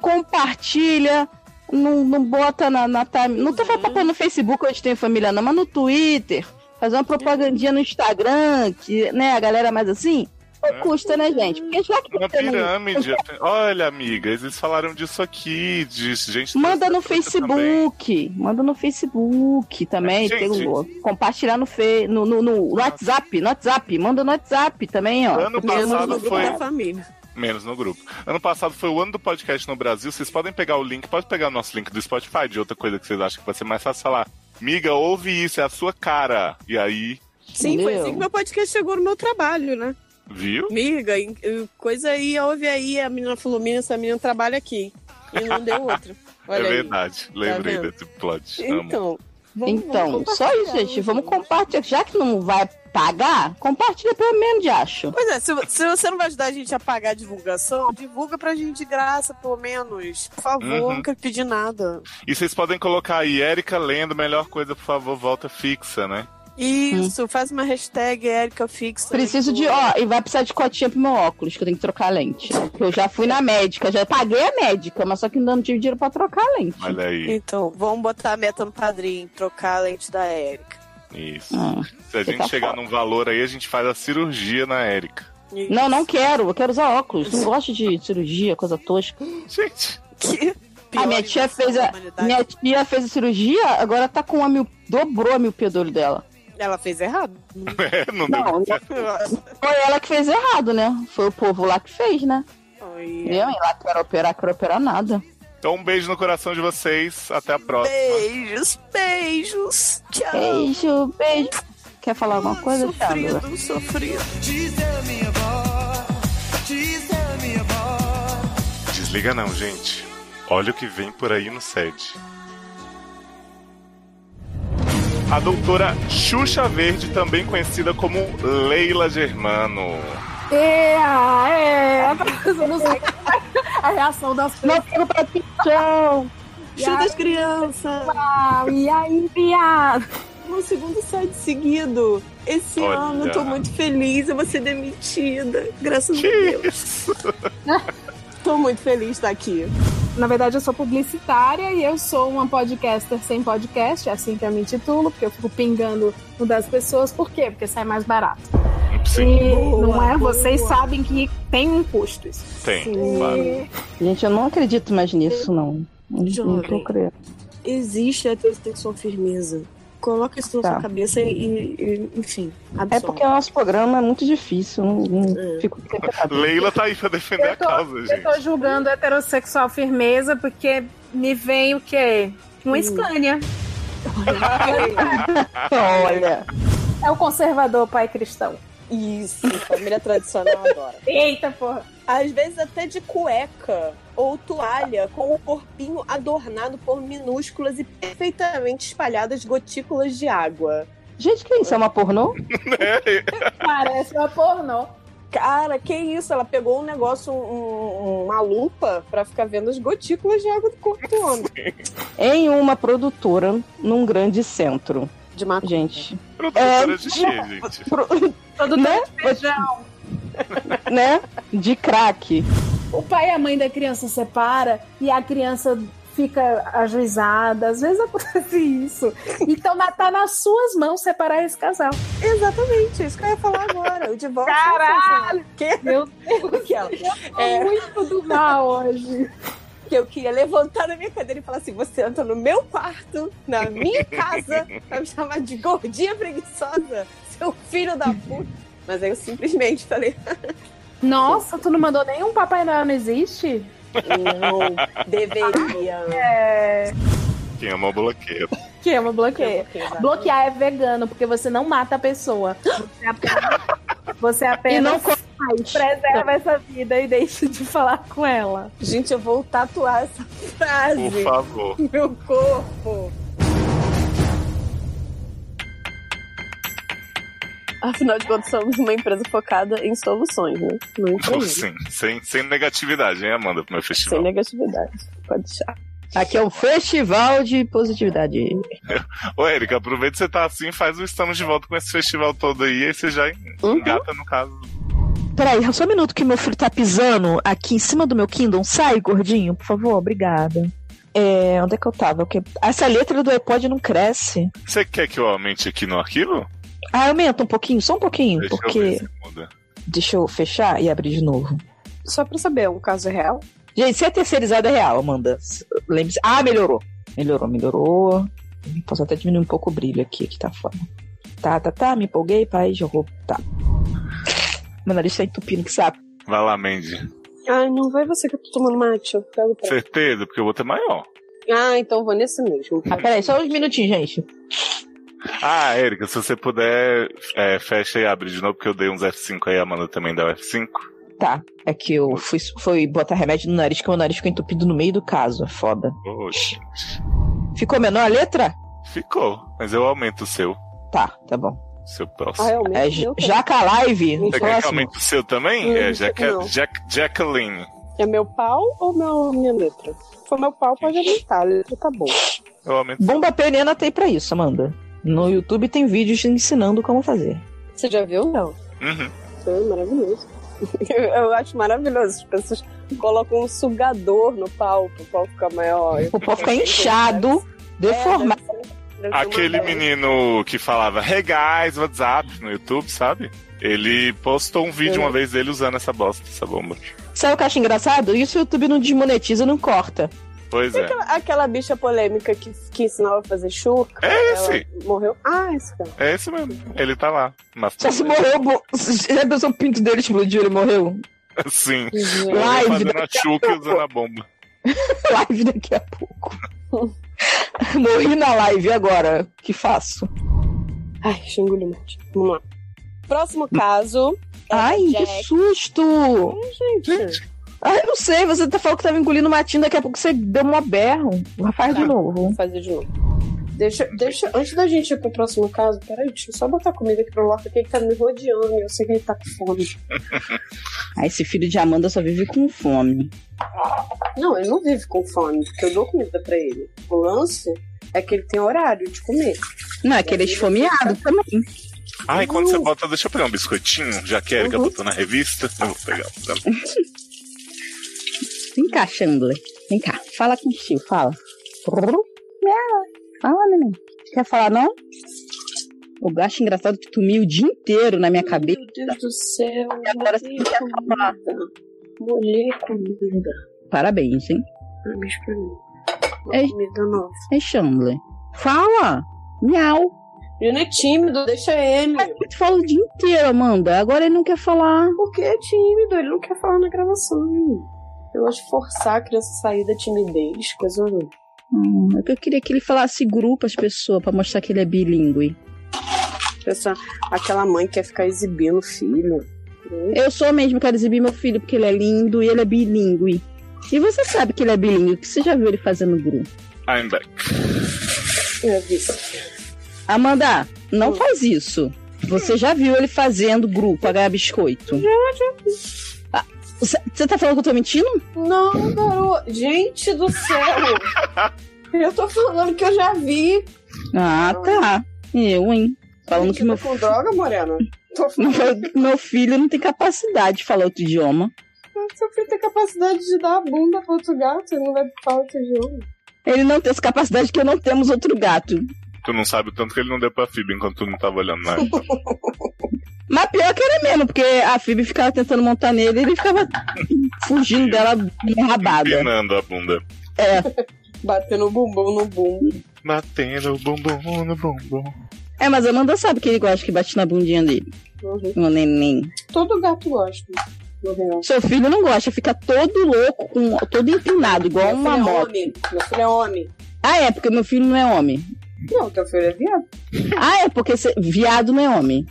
B: compartilha, não, não bota na, na time. Não tô falando pra pôr no Facebook onde tem família, não, mas no Twitter, fazer uma propagandinha no Instagram, que, né, a galera mais assim, não custa, né, gente? Porque já que
A: Uma
B: você não-
A: pirâmide. Olha, amigas, eles falaram disso aqui, de gente.
B: Manda no Facebook, manda no Facebook também,
A: Gente.
B: tem um- compartilhar no, fe, no, no, no WhatsApp, no WhatsApp, manda no WhatsApp também, ó.
A: Ano
B: Porque
A: passado
B: não-
A: foi-
C: Da família.
A: Menos no grupo. Ano passado foi o ano do podcast no Brasil. Vocês podem pegar o link, pode pegar o nosso link do Spotify, de outra coisa que vocês acham que vai ser mais fácil falar. Miga, ouve isso, é a sua cara. E aí,
C: Sim, foi assim que meu podcast chegou no meu trabalho, né?
A: viu?
C: Amiga, em- em- coisa aí, ouve aí, a menina falou, menina, essa menina trabalha aqui. E não deu outra.
A: [laughs]
C: Olha
A: é
C: aí. tá
A: verdade. Lembrei
C: vendo?
A: desse plot. Amo.
C: Então, vamos,
B: Então,
C: vamos né?
B: só isso, gente. Vamos compartilhar. Já que não vai pagar, compartilha pelo menos, de acho.
C: Pois é, se, vo- se você não vai ajudar a gente a pagar a divulgação, divulga pra gente de graça, pelo menos. Por favor,
A: Uhum.
C: não quero pedir nada.
A: E vocês podem colocar aí, Érica lendo, melhor coisa, por favor, volta fixa, né?
C: Isso, faz uma hashtag Erika fixa.
B: Preciso de, ó, e vai precisar de cotinha pro meu óculos, que eu tenho que trocar a lente. Porque Eu já fui na médica, já paguei a médica, mas só que ainda não tive dinheiro pra trocar a lente.
A: Olha aí.
C: Então, vamos botar a meta no padrinho, trocar a lente da Erika.
A: Isso.
C: Ah,
A: Se
B: você
A: a gente
B: tá
A: chegar num valor aí, a gente faz a cirurgia na Érica.
B: Não, não quero, eu quero usar óculos. Não gosto de cirurgia, coisa tosca.
A: Gente, [laughs]
B: a minha tia fez a, minha tia fez a cirurgia, agora tá com a mil, dobrou a miopia do olho dela.
C: Ela fez
B: [laughs]
C: errado.
A: É, não deu certo.
B: Foi ela que fez errado, né? Foi o povo lá que fez, né? Entendeu? E lá quero operar, quero operar nada.
A: Então, um beijo no coração de vocês. Até a próxima.
C: Beijos, beijos. Tchau.
B: Beijo, beijo. Quer falar alguma coisa, Thiago?
C: Ah, Sofrido, sofrido.
I: Diz a minha voz, diz a minha voz.
A: Desliga não, gente. Olha o que vem por aí no set. A doutora Xuxa Verde, também conhecida como Leila Germano.
Q: É, ah, é. Eu não sei a reação das pessoas. Não fico pra ti, chão.
C: Chuta as crianças.
Q: E aí, viado?
C: No um segundo site seguido. Esse
Q: Olha.
C: ano eu tô muito feliz. Eu vou ser demitida. Graças a Deus. tô muito feliz de estar aqui.
Q: Na verdade, eu sou publicitária e eu sou uma podcaster sem podcast, é assim que eu me intitulo, porque eu fico pingando no das pessoas. Por quê? Porque sai mais barato. E não é? Vocês sabem que tem um custo isso.
A: Tem,
Q: Sim.
A: claro.
B: Gente, eu não acredito mais nisso, não. Não- Não tô
C: Jovem.
B: crendo.
C: Existe heterossexual firmeza. Coloca isso na
B: Tá.
C: sua cabeça e, e- enfim.
B: É porque o nosso programa é muito difícil. Não,
C: É.
B: não fico
A: Leila tá aí pra defender a causa,
Q: Eu
A: gente.
Q: tô julgando heterossexual firmeza porque me vem o quê? Uma Scania.
B: Olha.
Q: É o conservador pai cristão.
C: Isso, família tradicional adora.
Q: Eita, porra.
C: Às vezes até de cueca ou toalha com o corpinho adornado por minúsculas e perfeitamente espalhadas gotículas de água.
L: Gente, que isso? É uma pornô?
Q: Parece uma pornô.
C: Cara, que isso? Ela pegou um negócio, um- uma lupa, pra ficar vendo as gotículas de água do corpo do homem.
L: em uma produtora num grande centro.
C: De maconha.
L: Gente.
C: Produtora
L: É,
C: de quê, gente?
L: Pro, né?
B: [laughs]
L: né? De crack.
Q: O pai e a mãe da criança separa e a criança fica ajuizada. Às vezes acontece isso. Então na- tá nas suas mãos separar esse casal.
C: Exatamente, é isso que eu ia falar agora. O divórcio. assim,
Q: Caralho!
C: Que? [laughs]
Q: Meu Deus,
C: que ela...
Q: é muito do mal hoje.
C: Que eu queria levantar da minha cadeira e falar assim: você entra no meu quarto, na minha casa, pra me chamar de gordinha preguiçosa, seu filho da puta. Mas aí eu simplesmente falei:
Q: Nossa, tu não mandou nenhum Papai Noel não existe?
C: não, deveria.
Q: É.
A: Quem ama bloqueio.
Q: Que é uma bloqueia.
C: Bloqueia.
Q: Bloquear é vegano, porque você não mata a pessoa. Você apenas, você apenas
C: E não come
Q: preserva essa vida e deixa de falar com ela.
C: Gente, eu vou tatuar essa frase.
A: Por favor.
C: no Meu corpo. Afinal de contas, somos uma empresa focada em soluções, né? Não em problemas.
A: Sim, sem, sem negatividade, hein, Amanda, pro meu
C: Sem
A: festival.
C: negatividade. Pode deixar.
L: Aqui é um festival de positividade.
A: Ô, Erika, aproveita que você tá assim, faz o Estamos de Volta com esse festival todo aí, aí você já
Q: Uhum.
A: engata no caso.
B: Peraí, só um minuto que meu filho tá pisando aqui em cima do meu Kindle. Sai, gordinho, por favor, obrigada. É, onde é que eu tava? Eu que- Essa letra do iPod não cresce.
A: Você quer que eu aumente aqui no arquivo?
B: Ah, aumenta um pouquinho, só um pouquinho,
A: Deixa eu ver
B: porque.
A: se muda.
B: Deixa eu fechar e abrir de novo.
C: Só pra saber, é um caso real?
B: Gente, se é terceirizado é real, Amanda. Lembre-se. Ah, melhorou. Melhorou, melhorou. Posso até diminuir um pouco o brilho aqui, que tá foda. Tá, tá, tá, me empolguei, pai, jogou. Tá. Meu nariz tá entupindo, que saco.
A: Vai lá, Mandy.
C: Ai, não vai você que eu tô tomando mate. Eu pego pra...
A: Certeza, porque o outro é maior.
C: Ah, então vou nesse mesmo.
B: Ah, peraí, só uns minutinhos, gente.
A: Ah, Erika, se você puder, é, fecha e abre de novo, porque eu dei uns F5 aí, a Amanda também dá o F5.
B: Tá, é que eu fui, fui botar remédio no nariz, que meu nariz ficou entupido no meio do caso, é foda.
A: Oxe,
B: Ficou menor a letra?
A: ficou, mas eu aumento o seu.
B: Tá, tá bom.
A: Seu
Q: Ah,
C: Ah,
A: próximo.
B: É, J- Jaca Live, assim,
A: Você quer É que
B: próximo.
A: aumente o seu também?
C: Não,
A: é,
C: não
A: Jaca,
C: não.
A: Jack, Jacqueline.
C: É meu pau ou meu, minha letra? Se for meu pau, pode aumentar. A letra tá boa.
A: Eu aumento.
B: Bomba Penena tem pra isso, Amanda. No YouTube tem vídeos te ensinando como fazer.
C: Você já viu? Não.
A: Uhum.
C: É maravilhoso. [laughs] Eu, eu acho maravilhoso. As pessoas colocam um sugador no pau, pro pau ficar maior. É,
B: O pau fica inchado, deformado.
A: Aquele menino que falava, hey guys, what's up, no YouTube, sabe? Ele postou um vídeo
B: É.
A: uma vez dele usando essa bosta, essa bomba.
B: Sabe o que eu acho engraçado? Isso o YouTube não desmonetiza, não corta.
A: Pois
C: E
A: é.
C: aquela, aquela bicha polêmica que, que ensinava a fazer churca?
A: É esse.
C: Ela morreu? Ah, esse cara.
A: É esse mesmo. Ele tá lá. Mas...
B: Só se morreu, bo... [laughs] já pensou o pinto dele explodiu, ele morreu?
A: [laughs]
B: [laughs]
A: Sim.
C: Uhum.
B: Live
A: Ele fazendo a
B: daqui a
A: chuca e
B: pouco.
A: usando a bomba.
B: live daqui a pouco. [laughs] Morri na live e agora. O que faço?
C: Ai, deixa eu engolir mate. Vamos lá. Próximo caso. é da
B: Ai, que
C: Jack.
B: susto!
C: Gente.
B: Ai, não sei, você tá falando que tava engolindo matinho, daqui a pouco você deu um berro. Faz de novo.
C: fazer de novo. Deixa, deixa, antes da gente ir pro próximo caso, peraí, deixa eu só botar comida aqui pro Lorca, porque ele tá me rodeando e eu sei que ele tá com fome.
L: Ah, esse filho de Amanda só vive com fome.
C: Não, ele não vive com fome, porque eu dou comida pra ele. O lance é que ele tem horário de comer.
L: Não, é que ele é esfomeado também.
A: Ai, quando
C: Uhum.
A: você bota, deixa eu pegar um biscoitinho, já que a Erika botou na revista. Eu vou pegar. Tá bom.
L: Vem cá, Chandler. Vem cá. Fala com o tio, fala. Fala, neném. Quer falar, não? Eu acho engraçado que tu mia o dia inteiro na minha cabeça.
C: Meu Deus do céu,
L: E agora você quer falar.
C: molhei comida.
L: Parabéns, hein?
C: Parabéns pra mim.
L: É,
C: Comida nova.
L: é Chandler. Fala! Miau!
C: Ele não é tímido, deixa ele.
L: Tu fala o dia inteiro, Amanda. Agora ele não quer falar.
C: Porque é tímido, ele não quer falar na gravação. Eu acho forçar a criança a sair da timidez, coisa horrível.
L: Hum, é que eu queria que ele falasse grupo as pessoas pra mostrar que ele é bilíngue.
C: Essa, aquela mãe que quer ficar exibindo o filho.
L: Eu sou mesmo, quero exibir meu filho porque ele é lindo e ele é bilíngue. E você sabe que ele é bilíngue, que você já viu ele fazendo grupo.
A: I'm back.
C: É, vice.
B: Amanda, não faz isso. Você já viu ele fazendo grupo H biscoito? Já, já. Você tá falando que eu tô mentindo?
C: Não, garoto. Gente do céu. eu tô falando que eu já vi.
B: Ah, tá. Eu, hein? Falando que meu,
C: Com droga, Morena? Tô falando.
B: [laughs] meu, meu filho não tem capacidade de falar outro idioma.
C: Seu filho tem capacidade de dar a bunda pra outro gato, ele não vai falar outro jogo.
B: Ele não tem essa capacidade que não temos outro gato.
A: Tu não sabe o tanto que ele não deu pra Phoebe enquanto tu não tava olhando né? na época.
B: Mas pior que era mesmo, porque a Phoebe ficava tentando montar nele e ele ficava fugindo dela enrabada.
A: Empinando a bunda.
B: É.
C: Batendo o bumbum no bumbum.
A: Batendo o bumbum no bumbum.
B: É, mas a Amanda sabe que ele gosta que bate na bundinha dele. No neném.
C: Uhum. Todo gato gosta. na real.
B: Seu filho não gosta, fica todo louco, com, todo empinado, igual
C: Meu
B: uma
C: filho é
B: moto.
C: homem. Meu filho é homem.
B: Ah, é, porque meu filho não é homem.
C: Não, teu filho é viado.
B: Ah, é, porque cê- viado não é homem.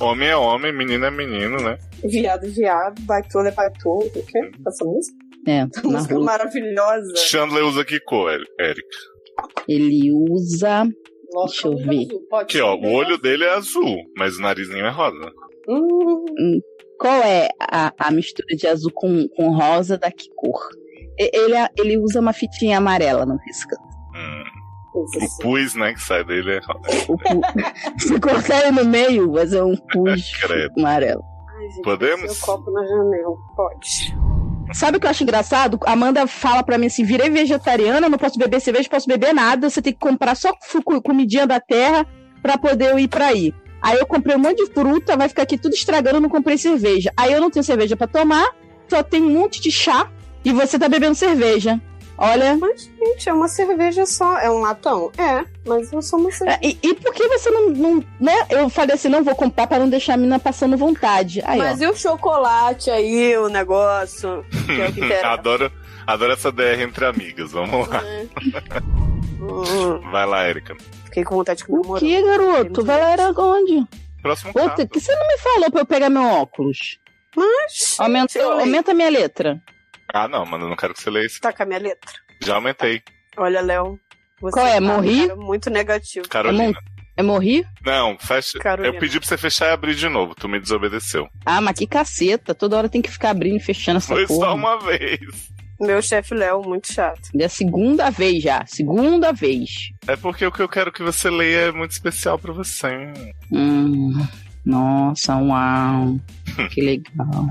A: Homem é homem, menino é menino, né?
C: Viado, viado, baitola é baitola. O quê? Essa música? tá
B: É, na
C: música
B: rua. É.
C: maravilhosa.
A: Chandler usa que cor, Eric?
B: Ele usa. Deixa
C: um
B: eu ver.
A: Aqui, ó, o olho dele é azul, mas o narizinho é rosa.
B: Hum, Qual é a, a mistura de azul com, com rosa da que cor? E- Ele, ele usa uma fitinha amarela no risca.
C: assim.
A: O pus, né, que sai dele é rosa.
B: Se cortar ele no meio, vai ser um pus
A: Credo.
B: amarelo.
A: Podemos?
C: copo na janela. Pode.
B: Sabe o que eu acho engraçado? Amanda fala pra mim assim: virei vegetariana, não posso beber cerveja, não posso beber nada, você tem que comprar só fu- cu- comidinha da terra pra poder eu ir pra aí. Aí eu comprei um monte de fruta, vai ficar aqui tudo estragando, eu não comprei cerveja. Aí eu não tenho cerveja pra tomar, só tem um monte de chá e você tá bebendo cerveja. Olha.
C: Mas, gente, é uma cerveja só. É um latão? É, mas eu sou uma cerveja.
B: é, E, e por que você não, não- né? Eu falei assim: não vou comprar pra não deixar a mina passando vontade. Aí,
C: mas
B: ó.
C: e o chocolate aí, o negócio?
A: [laughs]
C: Que é o que interessa. né?
A: adoro, adoro essa DR entre amigas, vamos lá. Vai lá, Erika.
C: Hum, Fiquei com vontade de comer
B: O que, garoto? Vai lá, era onde?
A: Próximo
B: Puta,
A: caso.
B: que você não me falou pra eu pegar meu óculos?
C: Mas.
B: Aumenta, aumenta a minha letra.
A: Ah, não, mano, eu não quero que você leia isso.
C: Tá com a minha letra.
A: Já aumentei.
C: Olha, Léo. você
B: Qual é?
C: tá,
B: Morri?
C: cara, muito negativo.
A: Carolina.
B: É morri?
A: Não, fecha.
B: Carolina.
A: Eu pedi pra você fechar e abrir de novo. Tu me desobedeceu.
B: Ah, mas que caceta. Toda hora tem que ficar abrindo e fechando essa
A: Foi
B: Tá porra.
A: só uma vez.
C: Meu chefe Léo, muito chato.
B: É a segunda vez já. Segunda vez.
A: É porque o que eu quero que você leia é muito especial pra você.
B: Hum, nossa,
A: [laughs]
B: uau. Que legal.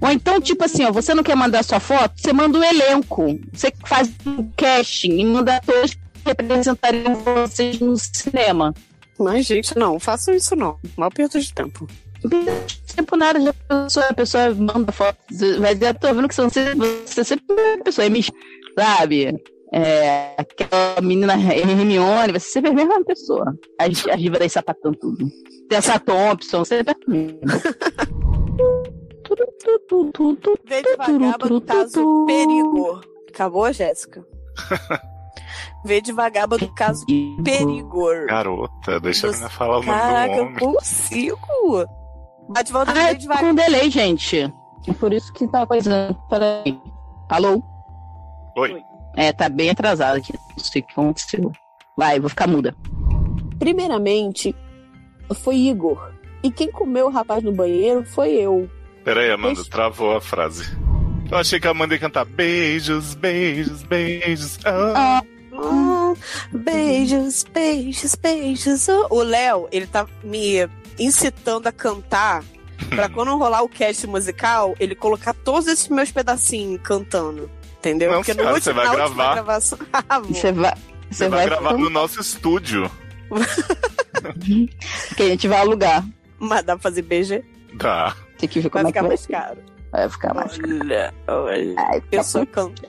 B: Ou então, tipo assim, ó, você não quer mandar sua foto? Você manda o elenco. Você faz um casting e manda todos que representariam vocês no cinema.
C: Mas, gente, não, façam isso não. Mal perda de tempo.
B: Tempo nada, já a pessoa, a pessoa manda foto, vai dizer, "Ah, tô vendo que você, não se- você sempre é a pessoa, é mis- sabe? É, aquela menina Hermione, você sempre é a mesma pessoa. As, as divas das sapatão, tudo. Tessa Thompson, sempre é a mesma.
C: Vem devagar, caso perigo. Acabou, Jéssica? Vê devagar, do caso Perigor.
A: Garota, deixa a menina falar o nome
C: Caraca,
A: do
C: eu
A: homem.
C: consigo. Bate volta
B: Ah,
C: vem
B: eu tô com delay, gente. É Por isso que tá coisando. Peraí. Alô?
A: Oi.
B: É, tá bem atrasado aqui. Não sei o que aconteceu. Vai, vou ficar muda.
C: Primeiramente, foi Igor. E quem comeu o rapaz no banheiro foi eu.
A: Peraí, Amanda, travou a frase. Eu achei que a Amanda ia cantar beijos, beijos, beijos. ah.
C: Ah, beijos, beijos, beijos. ah. O Léo, ele tá me incitando a cantar
A: [laughs]
C: pra quando rolar o cast musical, ele colocar todos esses meus pedacinhos cantando. Entendeu?
A: Não,
C: Porque no
A: senhora,
C: último,
A: você vai
C: na última
A: gravar.
C: gravação. [laughs] Ah, vou.
B: Você vai.
A: Você vai, gravar Tá no nosso estúdio.
B: Que a gente vai alugar.
C: Mas dá pra fazer BG?
A: Tá.
B: Tem que ver
C: Vai
B: como é que
C: ficar
B: vai
C: mais
B: ser.
C: caro.
B: Vai ficar mais caro.
C: Olha, olha.
B: Ai,
C: Eu
B: fica
C: só canto.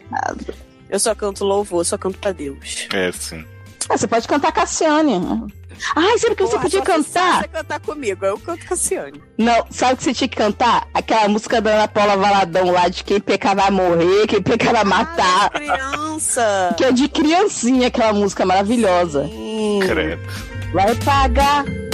C: Eu só canto louvor, só canto pra Deus.
A: É, sim.
B: Ah, você pode cantar Cassiane. né? Ai, sabe o que você
C: Porra,
B: podia
C: só se-
B: cantar?
C: só Você cantar comigo, eu canto Cassiane.
B: Não, sabe o que você tinha que cantar? Aquela música da Ana Paula Valadão lá de quem pecar vai morrer, quem pecar vai
C: Ah.
B: matar.
C: Criança!
B: Que é de criancinha, aquela música maravilhosa.
A: Credo.
B: Vai pagar